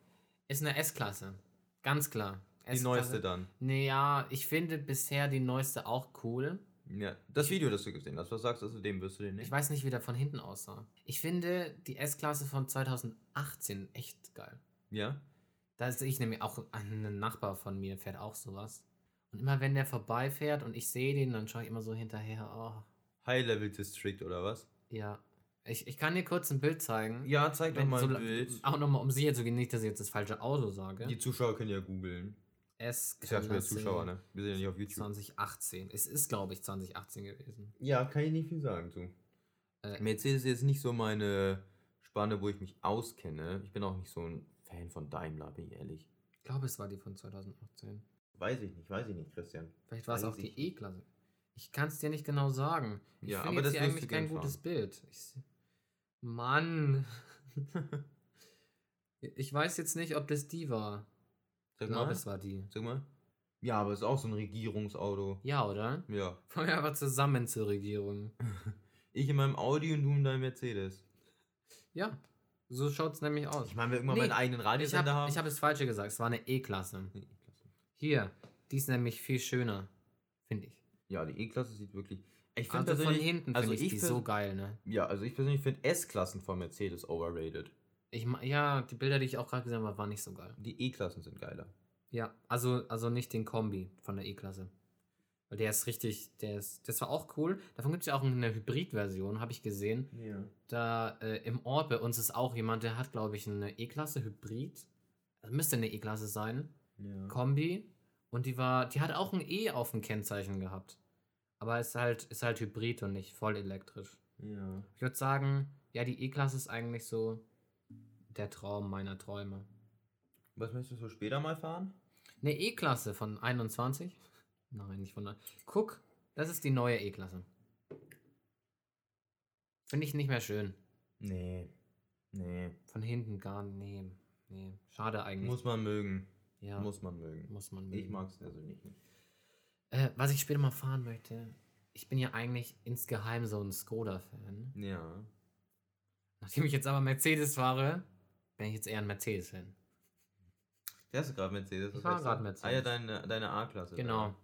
B: Ist eine S-Klasse. Ganz klar.
A: Die neueste dann.
B: Nee, ja, ich finde bisher die neueste auch cool.
A: Ja. Das Video, das du gesehen hast, was sagst du zu dem? Wirst du den
B: Ich
A: nicht?
B: weiß nicht, wie der von hinten aussah. Ich finde die S-Klasse von 2018 echt geil.
A: Ja.
B: Da sehe ich nämlich auch einen Nachbar von mir, fährt auch sowas. Und immer wenn der vorbeifährt und ich sehe den, dann schaue ich immer so hinterher. Oh,
A: High Level District oder was?
B: ja. Ich, ich kann dir kurz ein Bild zeigen.
A: Ja, zeig doch
B: Wenn-
A: mal
B: so
A: ein
B: la-
A: Bild.
B: Auch nochmal, um sicher zu gehen, nicht, dass ich jetzt das falsche Auto sage.
A: Die Zuschauer können Ah, ja googeln. Ich
B: S-Klasse
A: sag schon wieder Zuschauer, ne? Wir sind ja nicht auf YouTube.
B: 2018. Es ist, glaube ich, 2018 gewesen.
A: Ja, kann ich nicht viel sagen zu.
B: Äh,
A: Mercedes ist jetzt nicht so meine Spanne, wo ich mich auskenne. Ich bin auch nicht so ein Fan von Daimler, bin ich ehrlich.
B: Ich glaube, es war die von 2018.
A: Weiß ich nicht, weiß ich nicht, Christian.
B: Vielleicht war es
A: Weiß
B: auch die
A: ich nicht.
B: E-Klasse. Ich kann es dir nicht genau sagen. Ich
A: Ja, aber
B: finde jetzt
A: das
B: hier
A: wirst
B: eigentlich
A: du gern
B: kein gutes Bild. Ich, se- Mann. ich weiß jetzt nicht, ob das die war. Ich
A: Sag
B: glaube,
A: mal.
B: es war die.
A: Sag mal. Ja, aber ist auch so ein Regierungsauto.
B: Ja, oder?
A: Ja.
B: Kommen wir einfach zusammen zur Regierung.
A: Ich in meinem Audi und du in deinem Mercedes.
B: Ja, so schaut es nämlich aus.
A: Ich meine, wir irgendwann
B: Nee,
A: meinen eigenen
B: Ich habe
A: Radiosender
B: ich
A: haben.
B: hab das Falsche gesagt. Es war eine E-Klasse.
A: Nee, E-Klasse.
B: Hier, die ist nämlich viel schöner, finde ich.
A: ja, die E-Klasse sieht wirklich. Ich finde
B: Also von
A: persönlich-
B: hinten
A: also
B: finde
A: ich
B: ich, die
A: pers-
B: so geil, ne?
A: Ja, also ich persönlich finde S-Klassen von Mercedes overrated.
B: Ich, ma- ja, die Bilder, die ich auch gerade gesehen habe, waren nicht so geil.
A: Die E-Klassen sind geiler.
B: Ja, also, also nicht den Kombi von der E-Klasse. Weil der ist richtig, der ist, das war auch cool. Davon gibt es ja auch eine Hybrid-Version, habe ich gesehen.
A: Ja.
B: Da äh, im Ort bei uns ist auch jemand, der hat, glaube ich, eine E-Klasse Hybrid. Das müsste eine E-Klasse sein.
A: ja.
B: Kombi. Und die war, die hat auch ein E auf dem Kennzeichen gehabt. Aber ist halt, ist halt Hybrid und nicht voll elektrisch.
A: Ja.
B: Ich würde sagen, ja, die E-Klasse ist eigentlich so der Traum meiner Träume.
A: Was möchtest du später mal fahren?
B: Eine E-Klasse von 21? Nein, nicht von. neun- Guck, das ist die neue E-Klasse. Finde ich nicht mehr schön.
A: Nee. Nee.
B: Von hinten gar nee. Nee, schade eigentlich.
A: Muss man mögen.
B: Mhm. ja, Mhm.
A: Muss man mögen.
B: muss man
A: Ich
B: mögen.
A: mag es persönlich nicht.
B: Äh, was ich später mal fahren möchte, ich bin ja eigentlich insgeheim so ein Skoda-Fan.
A: Ja.
B: Nachdem ich jetzt aber Mercedes fahre, bin ich jetzt eher ein Mercedes-Fan.
A: Fährst du gerade Mercedes?
B: Ich
A: Was
B: fahr
A: heißt
B: grad
A: das?
B: Mercedes.
A: Ah ja, deine, deine A-Klasse.
B: Genau.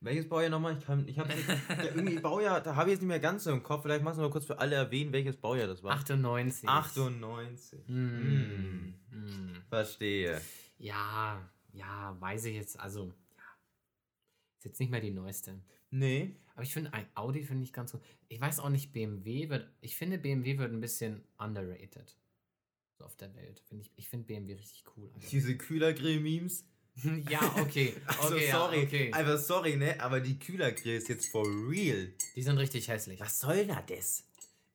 A: Welches Baujahr nochmal? Ich, kann, ich habe irgendwie Baujahr, da habe ich jetzt nicht mehr ganz so im Kopf. Vielleicht machst du mal kurz für alle erwähnen, welches Baujahr das war.
B: 98.
A: 98.
B: Mm.
A: Hm.
B: Mm.
A: Verstehe.
B: Ja, ja, weiß ich jetzt. Also, ja. Ist jetzt nicht mehr die neueste.
A: Nee.
B: Aber ich finde, ein Audi finde ich ganz gut. Ich weiß auch nicht, BMW wird. Ich finde, BMW wird ein bisschen underrated. So auf der Welt. Find ich ich finde BMW richtig cool. eigentlich.
A: Diese Kühlergrill-Memes.
B: ja, okay.
A: Also
B: okay,
A: sorry.
B: Ja, okay.
A: Einfach sorry, ne? Aber die Kühlergrills jetzt for real.
B: Die sind richtig hässlich.
A: Was soll da das?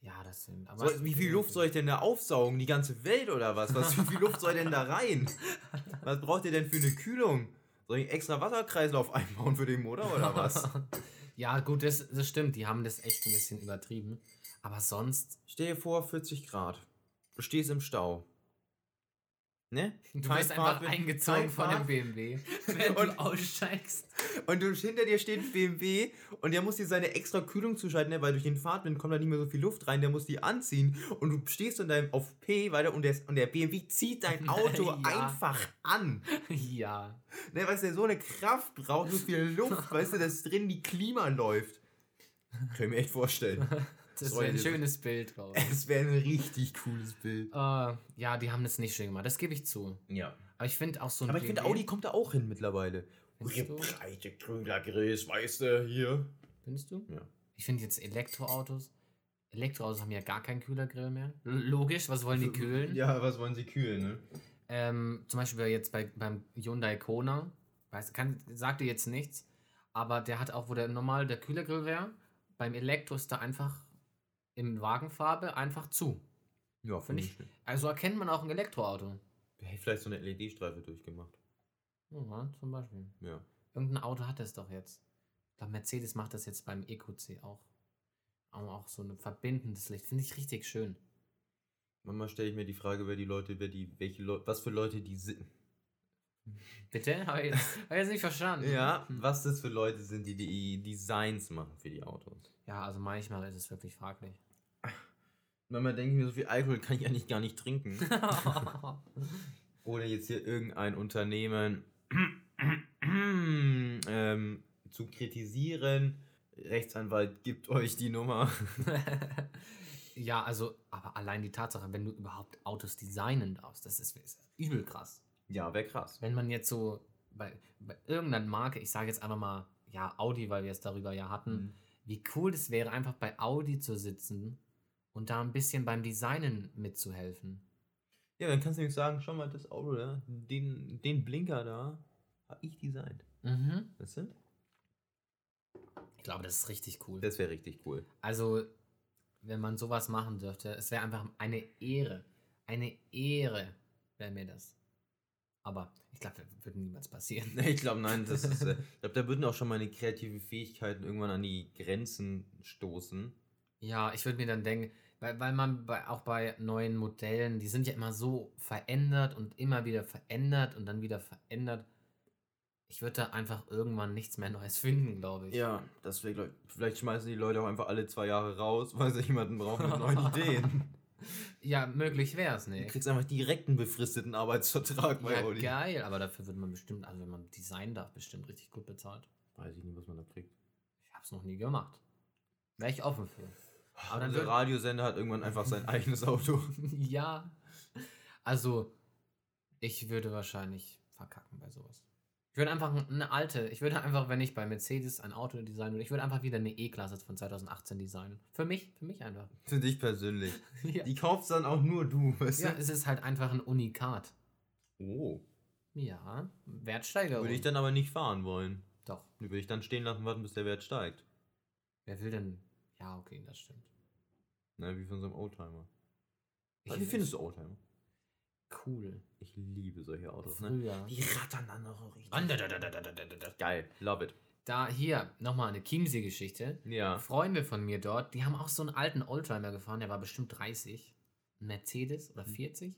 B: Ja, das sind. Aber
A: Soll, wie viel Luft soll ich denn da aufsaugen? Die ganze Welt oder was? was wie viel Luft soll denn da rein? Was braucht ihr denn für eine Kühlung? Soll ich einen extra Wasserkreislauf einbauen für den Motor oder was?
B: ja, gut, das, das stimmt. Die haben das echt ein bisschen übertrieben. Aber sonst.
A: Stell dir vor, 40 Grad. Du stehst im Stau. Ne?
B: Du
A: Kein
B: wirst
A: Fahrtwind-
B: einfach eingezogen
A: kein
B: von dem
A: Fahr-
B: BMW, wenn du
A: Und-
B: aussteigst.
A: Und du, hinter dir steht ein BMW und der muss dir seine extra Kühlung zuschalten, ne? weil durch den Fahrtwind kommt da nicht mehr so viel Luft rein, der muss die anziehen. Und du stehst in deinem, auf P weiter und der, und der BMW zieht dein Auto
B: Ja.
A: einfach an.
B: Ja.
A: Ne? Weißt du, der so eine Kraft braucht, so viel Luft, weißt du, dass drin die Klima läuft. Kann ich mir echt vorstellen.
B: Das
A: Soll
B: wäre ein
A: ich-
B: schönes Bild draus.
A: Es wäre ein richtig cooles Bild.
B: äh, ja, die haben das nicht schön gemacht. Das gebe ich zu.
A: Ja.
B: Aber ich finde auch so ein
A: Aber ich finde,
B: BMW
A: Audi kommt da auch hin mittlerweile.
B: Findest du?
A: Oh, Breite Krügergrills, weißt du, hier.
B: Findest du?
A: Ja.
B: Ich finde jetzt Elektroautos. Elektroautos haben ja gar keinen Kühlergrill mehr. L- Logisch, was wollen die kühlen?
A: Äh, Ja, was wollen sie kühlen, ne?
B: Ähm, zum Beispiel jetzt bei, beim Hyundai Kona. Weiß, kann, sagt dir jetzt nichts. Aber der hat auch, wo der normal der Kühlergrill wäre, beim Elektro ist da einfach in Wagenfarbe einfach zu.
A: Ja,
B: Finde ich. Also erkennt man auch ein Elektroauto.
A: Hey, vielleicht so eine LED-Streife durchgemacht.
B: Ja, zum Beispiel.
A: Ja.
B: Irgendein Auto hat das doch jetzt. Ich glaube, Mercedes macht das jetzt beim EQC auch. Aber auch so ein verbindendes Licht. Finde ich richtig schön.
A: Manchmal stelle ich mir die Frage, wer die Leute, wer die, welche Leute, was für Leute die sind.
B: Bitte? Habe ich jetzt, hab ich jetzt nicht verstanden.
A: Ja, was das für Leute sind, die die Designs machen für die Autos.
B: Ja, also manchmal ist es wirklich fraglich.
A: Manchmal denke ich mir, so viel Alkohol kann ich eigentlich gar nicht trinken. Ohne jetzt hier irgendein Unternehmen ähm, zu kritisieren. Rechtsanwalt gibt euch die Nummer.
B: ja, also, aber allein die Tatsache, wenn du überhaupt Autos designen darfst, das ist, ist übel krass.
A: Ja, wäre krass.
B: Wenn man jetzt so bei, bei irgendeiner Marke, ich sage jetzt einfach mal, ja, Audi, weil wir es darüber ja hatten,
A: Mhm.
B: wie cool das wäre, einfach bei Audi zu sitzen und da ein bisschen beim Designen mitzuhelfen.
A: Ja, dann kannst du nämlich sagen, schau mal, das Auto da, den, den Blinker da, habe ich designt.
B: Mhm.
A: Weißt du?
B: Ich glaube, das ist richtig cool.
A: Das wäre richtig cool.
B: also, wenn man sowas machen dürfte, es wäre einfach eine Ehre. Eine Ehre wäre mir das. Aber ich glaube, das würde niemals passieren.
A: Nee, Ich glaube, nein, das ist. Äh, ich glaube, da würden auch schon meine kreativen Fähigkeiten irgendwann an die Grenzen stoßen.
B: Ja, ich würde mir dann denken, weil, weil man bei, auch bei neuen Modellen, die sind ja immer so verändert und immer wieder verändert und dann wieder verändert. Ich würde da einfach irgendwann nichts mehr Neues finden, glaube ich.
A: Ja, das wär, glaub, vielleicht schmeißen die Leute auch einfach alle zwei Jahre raus, weil sie jemanden brauchen mit neuen Ideen.
B: Ja, möglich wäre es
A: Du
B: nicht.
A: kriegst einfach direkt einen befristeten Arbeitsvertrag bei
B: Ja,
A: Audi.
B: geil, aber dafür wird man bestimmt, also wenn man Design darf, bestimmt richtig gut bezahlt.
A: Weiß ich nicht, was man da kriegt.
B: Ich habe es noch nie gemacht. Wäre ich offen für. Aber dann
A: Unser
B: würd-
A: Radiosender hat irgendwann einfach sein eigenes Auto.
B: ja. Also, ich würde wahrscheinlich verkacken bei sowas. Ich würde einfach eine alte, ich würde einfach, wenn ich bei Mercedes ein Auto designen würde, ich würde einfach wieder eine E-Klasse von 2018 designen. Für mich, für mich einfach.
A: Für dich persönlich.
B: ja.
A: Die kaufst dann auch nur du, weißt
B: ja,
A: du?
B: es ist halt einfach ein Unikat.
A: Oh.
B: Ja, Wertsteigerung.
A: Würde ich dann aber nicht fahren wollen.
B: Doch.
A: Die Würde ich dann stehen lassen, warten, bis der Wert steigt.
B: Wer will denn? Ja, okay, das stimmt.
A: Na, Ne, wie von so einem Oldtimer.
B: Ich-
A: Also, wie findest du Oldtimer?
B: cool?
A: Ich liebe solche Autos, ne?
B: Früher.
A: Die rattern dann auch richtig.
B: Andadadadadadadadada.
A: Geil, love it.
B: Da hier nochmal eine Chiemsee-Geschichte.
A: Ja.
B: Freunde von mir dort, die haben auch so einen alten Oldtimer gefahren, der war bestimmt 30. Ein Mercedes
A: Mhm.
B: oder 40.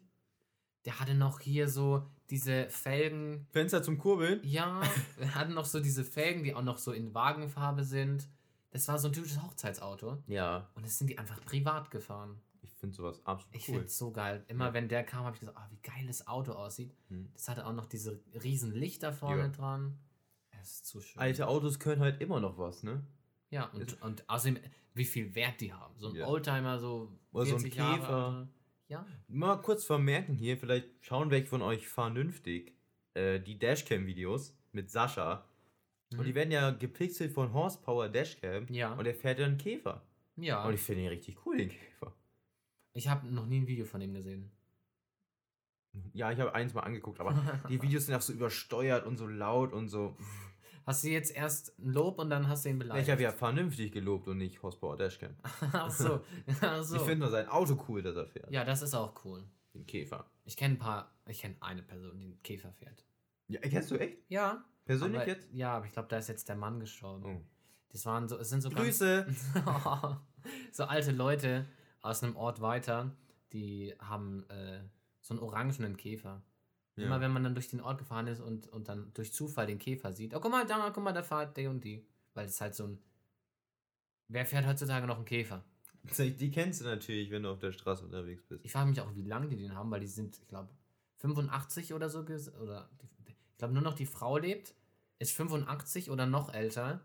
B: Der hatte noch hier so diese Felgen.
A: Fenster zum Kurbeln?
B: Ja, er hatte noch so diese Felgen, die auch noch so in Wagenfarbe sind. Das war so ein typisches Hochzeitsauto.
A: Ja.
B: Und das sind die einfach privat gefahren.
A: Ich finde sowas absolut
B: Ich
A: cool.
B: finde es so geil. Immer
A: Ja.
B: wenn der kam, habe ich gesagt, ah, wie geil das Auto aussieht.
A: Hm.
B: Das hatte auch noch diese riesen Lichter vorne
A: Ja.
B: dran. Es ist zu schön.
A: Alte Autos können halt immer noch was, ne?
B: Ja,
A: Ist-
B: und, und außerdem, wie viel Wert die haben. So ein
A: Ja.
B: Oldtimer, so.
A: Oder so ein
B: 40 Jahre
A: Käfer.
B: alte. Ja.
A: Mal kurz vermerken hier, vielleicht schauen welche von euch vernünftig äh, die Dashcam-Videos mit Sascha. Und die werden ja gepixelt von Horsepower Dashcam.
B: Mhm. Ja. Ah.
A: Und er fährt ja einen Käfer.
B: ja.
A: Und
B: ich
A: ich finde ihn richtig cool, den Käfer.
B: habe noch nie ein Video von ihm gesehen.
A: Ja, ich habe eins mal angeguckt, aber die Videos sind auch so übersteuert und so laut und so.
B: Hast du jetzt erst ein Lob und dann hast du ihn beleidigt?
A: Ich habe ja vernünftig gelobt und nicht Horsepower Dashcam.
B: Ach so. Ach so.
A: Ich finde nur sein Auto cool, dass er fährt.
B: ja, das ist auch cool.
A: Den Käfer.
B: Ich kenne ein paar, ich kenne eine Person, die einen Käfer fährt.
A: Ja, kennst du echt?
B: Ja.
A: Persönlich
B: aber,
A: jetzt?
B: Ja, aber ich glaube, da ist jetzt der Mann gestorben.
A: Oh.
B: Das waren so, es sind so ganz-
A: Grüße!
B: so alte Leute aus einem Ort weiter, die haben äh, so einen orangenen Käfer.
A: Ja.
B: Immer wenn man dann durch den Ort gefahren ist und, und dann durch Zufall den Käfer sieht, oh guck mal, da, mal, guck mal, da fährt der und die. Weil es halt so ein. Wer fährt heutzutage noch einen Käfer?
A: Die kennst du natürlich, wenn du auf der Straße unterwegs bist.
B: Ich frage mich auch, wie lange die den haben, weil die sind, ich glaube, 85 oder so. ges- Oder die, ich glaube, nur noch die Frau lebt, ist 85 oder noch älter.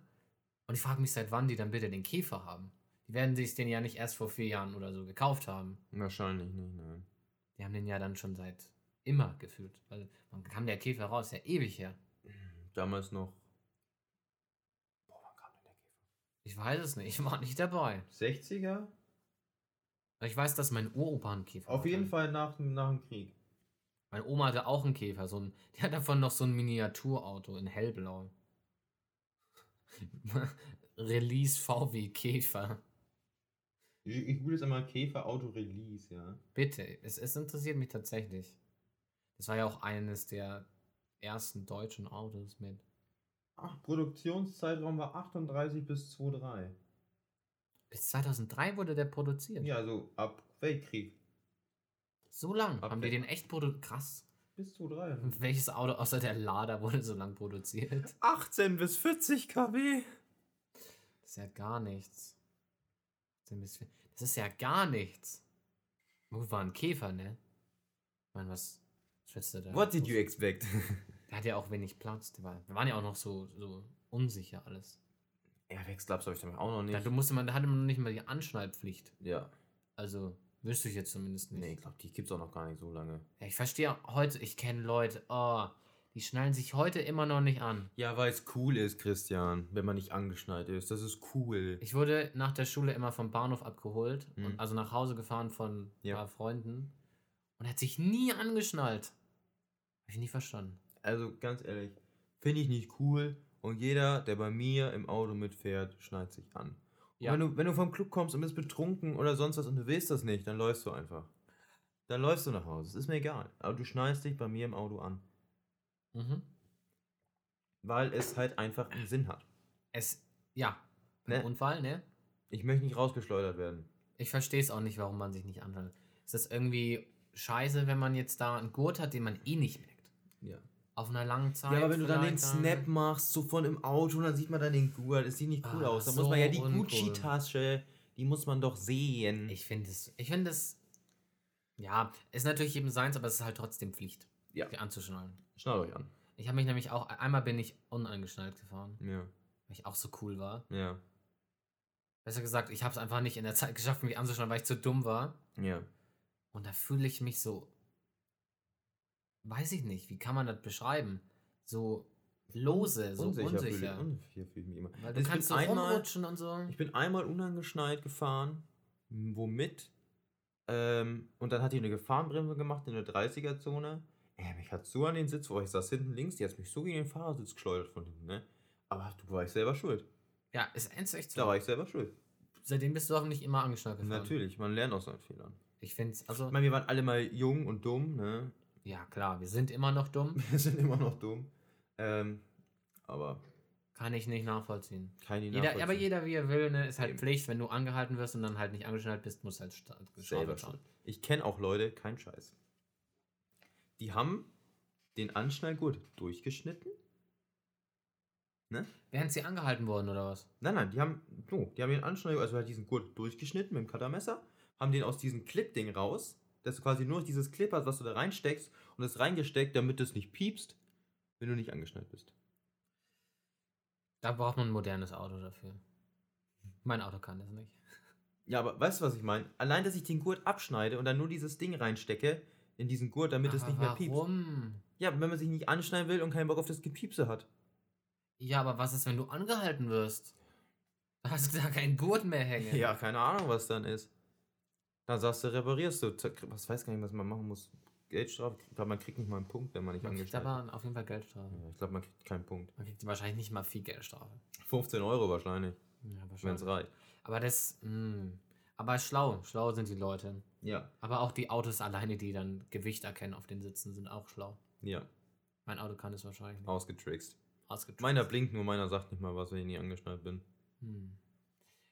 B: Und ich frage mich, seit wann die dann bitte den Käfer haben. Die werden sich den ja nicht erst vor vier Jahren oder so gekauft haben.
A: Wahrscheinlich nicht, nein.
B: Die haben den ja dann schon seit immer gefühlt. Weil wann kam der Käfer raus? Ja, ewig her.
A: Damals noch. Boah, wann kam denn der Käfer?
B: Ich weiß es nicht, ich war nicht dabei.
A: 60er?
B: Ich weiß, dass mein Uropa einen Käfer
A: Auf
B: hatte.
A: jeden Fall nach, nach dem Krieg.
B: Meine Oma hatte auch einen Käfer. So ein, die hat davon noch so ein Miniaturauto in hellblau. Release VW Käfer.
A: Ich, ich würde jetzt einmal Käfer Auto Release, ja.
B: Bitte, es, es interessiert mich tatsächlich. Das war ja auch eines der ersten deutschen Autos mit.
A: Ach, Produktionszeitraum war 38 bis 23.
B: Bis 2003 wurde der produziert.
A: Ja, also ab Weltkrieg
B: So lang.
A: Ab
B: Haben die
A: der-
B: den echt produziert? Krass.
A: bis 23.
B: Welches Auto außer der Lada wurde so lang produziert?
A: 18 bis 40 kW.
B: Das ist ja gar nichts. Das ist ein bisschen- das ist ja gar nichts. Gut, war ein Käfer, ne? Ich meine, was schätzt du da?
A: What did you expect?
B: Der hat ja auch wenig Platz. Der war, wir waren ja auch noch so, so unsicher alles.
A: Airbags glaubst du, ich damit auch noch
B: Da,
A: nicht.
B: du musste man, da hatte man noch nicht mal die Anschneidpflicht.
A: Ja.
B: Also, wüsste ich jetzt zumindest nicht.
A: Nee, ich glaube, die gibt's auch noch gar nicht so lange.
B: Ja, ich verstehe heute, ich kenne Leute, oh, die schnallen sich heute immer noch nicht an.
A: Ja, weil es cool ist, Christian, wenn man nicht angeschnallt ist. Das ist cool.
B: Ich wurde nach der Schule immer vom Bahnhof abgeholt,
A: Mhm.
B: und, also nach Hause gefahren von
A: Ja.
B: paar Freunden und er hat sich nie angeschnallt. Hab ich nie verstanden.
A: Also ganz ehrlich, finde ich nicht cool. Und jeder, der bei mir im Auto mitfährt, schneidet sich an.
B: Ja.
A: Und wenn, du, wenn du vom Club kommst und bist betrunken oder sonst was und du willst das nicht, dann läufst du einfach. Dann läufst du nach Hause. Es ist mir egal. Aber du schneidest dich bei mir im Auto an.
B: Mhm.
A: weil es halt einfach einen Sinn hat.
B: Es, ja,
A: Ne?
B: ne? Unfall, ne?
A: Ich möchte nicht rausgeschleudert werden.
B: Ich verstehe es auch nicht, warum man sich nicht anschnallt. Ist das irgendwie scheiße, wenn man jetzt da einen Gurt hat, den man eh nicht merkt?
A: Ja.
B: Auf einer langen Zeit.
A: Ja, aber wenn du dann den
B: vielleicht
A: Snap machst, so von im Auto, dann sieht man dann den Gurt. Das sieht nicht cool
B: Ah,
A: aus. Da muss
B: so
A: man ja die
B: uncool.
A: Gucci-Tasche, die muss man doch sehen.
B: Ich finde es, ich finde es, ja, ist natürlich jedem seins, aber es ist halt trotzdem Pflicht,
A: Ja.
B: die anzuschnallen.
A: Schnall euch an.
B: Ich habe mich nämlich auch, einmal bin ich unangeschnallt gefahren,
A: Ja,
B: weil ich auch so cool war.
A: ja,
B: Besser gesagt, ich habe es einfach nicht in der Zeit geschafft, mich anzuschnallen, weil ich zu dumm war.
A: ja.
B: Und da fühle ich mich so, weiß ich nicht, wie kann man das beschreiben? So lose, so unsicher.
A: fühle ich- unsicher fühle ich mich immer.
B: Weil
A: Also
B: du
A: ich
B: kannst so
A: bin einmal,
B: rumrutschen und so.
A: ich bin einmal unangeschnallt gefahren, womit? Ähm, und dann hat die eine Gefahrenbremse gemacht in der 30er-Zone. Ey, mich hat so an den Sitz, wo ich saß hinten links, die hat mich so gegen den Fahrersitz geschleudert von hinten, ne? Aber du warst selber schuld.
B: Ja, ist eins echt
A: Da
B: so.
A: war ich selber schuld.
B: Seitdem bist du hoffentlich immer angeschnallt gefahren.
A: Natürlich, man lernt aus seinen Fehlern.
B: Ich finde es, also,
A: Ich meine, wir waren alle mal jung und dumm, ne?
B: ja klar, wir sind immer noch dumm.
A: Wir sind immer noch dumm. Ähm, aber
B: Kann ich nicht nachvollziehen.
A: keine
B: Jeder, aber jeder, wie er will, ne, ist halt
A: Eben.
B: Pflicht. Wenn du angehalten wirst und dann halt nicht angeschnallt bist, muss halt sta-
A: selber
B: gestraft
A: schuld.
B: werden.
A: Ich kenne auch Leute, kein Scheiß. Die haben den Anschnallgurt durchgeschnitten.
B: Während sie angehalten wurden oder was?
A: Nein, nein, die haben, no, die haben den Anschnallgurt, also halt diesen Gurt durchgeschnitten mit dem Cuttermesser, haben den aus diesem Clip-Ding raus, dass du quasi nur noch dieses Clip hast, was du da reinsteckst und das reingesteckt, damit es nicht piepst, wenn du nicht angeschnallt bist.
B: Da braucht man ein modernes Auto dafür. Mein Auto kann das nicht.
A: Ja, aber weißt du, was ich meine? Allein, dass ich den Gurt abschneide und dann nur dieses Ding reinstecke in diesen Gurt, damit es
B: Aber
A: nicht mehr piepst.
B: warum?
A: Ja, wenn man sich nicht anschneiden will und keinen Bock auf das Gepiepse hat.
B: Ja, aber was ist, wenn du angehalten wirst? Da hast du da keinen Gurt mehr hängen.
A: Ja, keine Ahnung, was dann ist. Dann sagst du, reparierst du. Zack, Was weiß gar nicht, was man machen muss. Geldstrafe. Ich glaube, man kriegt nicht mal einen Punkt, wenn man nicht
B: Man kriegt
A: angeschnallt ist.
B: aber auf jeden Fall Geldstrafe.
A: Ja, ich glaube, man kriegt keinen Punkt.
B: Man kriegt wahrscheinlich nicht mal viel Geldstrafe.
A: 15 Euro wahrscheinlich,
B: Ja,
A: wenn es
B: wahrscheinlich.
A: reicht.
B: Aber das, mh. aber schlau, schlau sind die Leute.
A: Ja.
B: Aber auch die Autos alleine, die dann Gewicht erkennen auf den Sitzen, sind auch schlau.
A: Ja,
B: Mein Auto kann es wahrscheinlich nicht.
A: ausgetrickst.
B: Ausgetrickst.
A: Meiner blinkt nur, meiner sagt nicht mal was, wenn ich nicht angeschnallt bin.
B: Hm.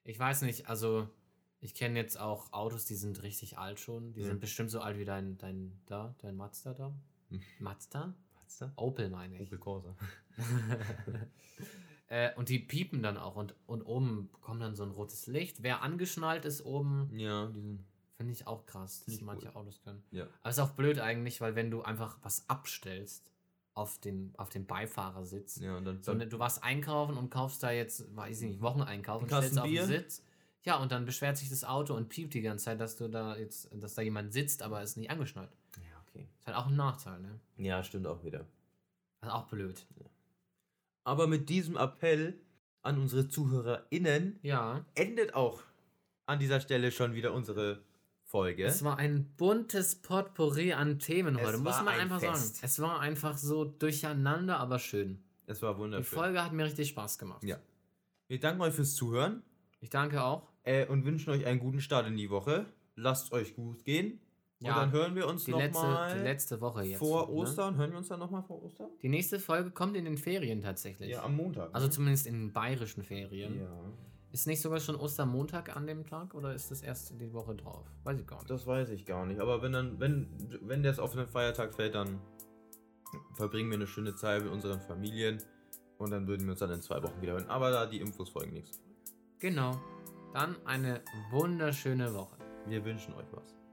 B: Ich weiß nicht, also ich kenne jetzt auch Autos, die sind richtig alt schon. Die
A: Ja.
B: sind bestimmt so alt wie dein, dein, da, dein Mazda da.
A: Hm.
B: Mazda?
A: Was da?
B: Opel meine ich.
A: Opel Corsa.
B: äh, und die piepen dann auch und, und oben kommt dann so ein rotes Licht. Wer angeschnallt ist oben,
A: Ja, die sind.
B: finde ich auch krass, dass
A: Hm. Nicht
B: manche
A: cool.
B: Autos können.
A: Ja.
B: Aber ist auch blöd eigentlich, weil wenn du einfach was abstellst auf den, auf den Beifahrersitz,
A: Ja, und dann.
B: So, ne, du warst einkaufen und kaufst da jetzt, weiß ich nicht, Wocheneinkauf und
A: Kaufst
B: stellst
A: ein
B: auf den
A: Bier?
B: Sitz. Ja, und dann beschwert sich das Auto und piept die ganze Zeit, dass du da jetzt, dass da jemand sitzt, aber ist nicht angeschnallt.
A: ja, okay.
B: Ist halt auch ein Nachteil, ne?
A: Ja, stimmt auch wieder.
B: Also auch blöd.
A: Aber mit diesem Appell an unsere ZuhörerInnen
B: Ja.
A: endet auch an dieser Stelle schon wieder unsere Folge.
B: Es war ein buntes Potpourri an Themen
A: Es
B: heute, muss
A: war
B: man
A: ein
B: einfach
A: Fest.
B: sagen. Es war einfach so durcheinander, aber schön.
A: Es war
B: Die
A: wunderschön.
B: Folge hat mir richtig Spaß gemacht.
A: Ja. Wir danken euch fürs Zuhören
B: Ich danke auch.
A: äh, und wünschen euch einen guten Start in die Woche. Lasst euch gut gehen.
B: Ja,
A: und dann hören wir uns
B: Die letzte, die
A: nochmal
B: letzte Woche jetzt.
A: vor
B: ne?
A: Ostern. Hören wir uns dann nochmal vor Ostern?
B: Die nächste Folge kommt in den Ferien tatsächlich.
A: Ja, am Montag.
B: Also
A: ne?
B: zumindest in den bayerischen Ferien.
A: Ja.
B: Ist nicht sogar schon Ostermontag an dem Tag oder ist das erst die Woche drauf? Weiß ich gar nicht.
A: Das weiß ich gar nicht. Aber wenn dann, wenn, wenn das auf einen Feiertag fällt, dann verbringen wir eine schöne Zeit mit unseren Familien. Und dann würden wir uns dann in zwei Wochen wieder hören. Aber da die Infos folgen nichts.
B: Genau. Dann eine wunderschöne Woche.
A: Wir wünschen euch was.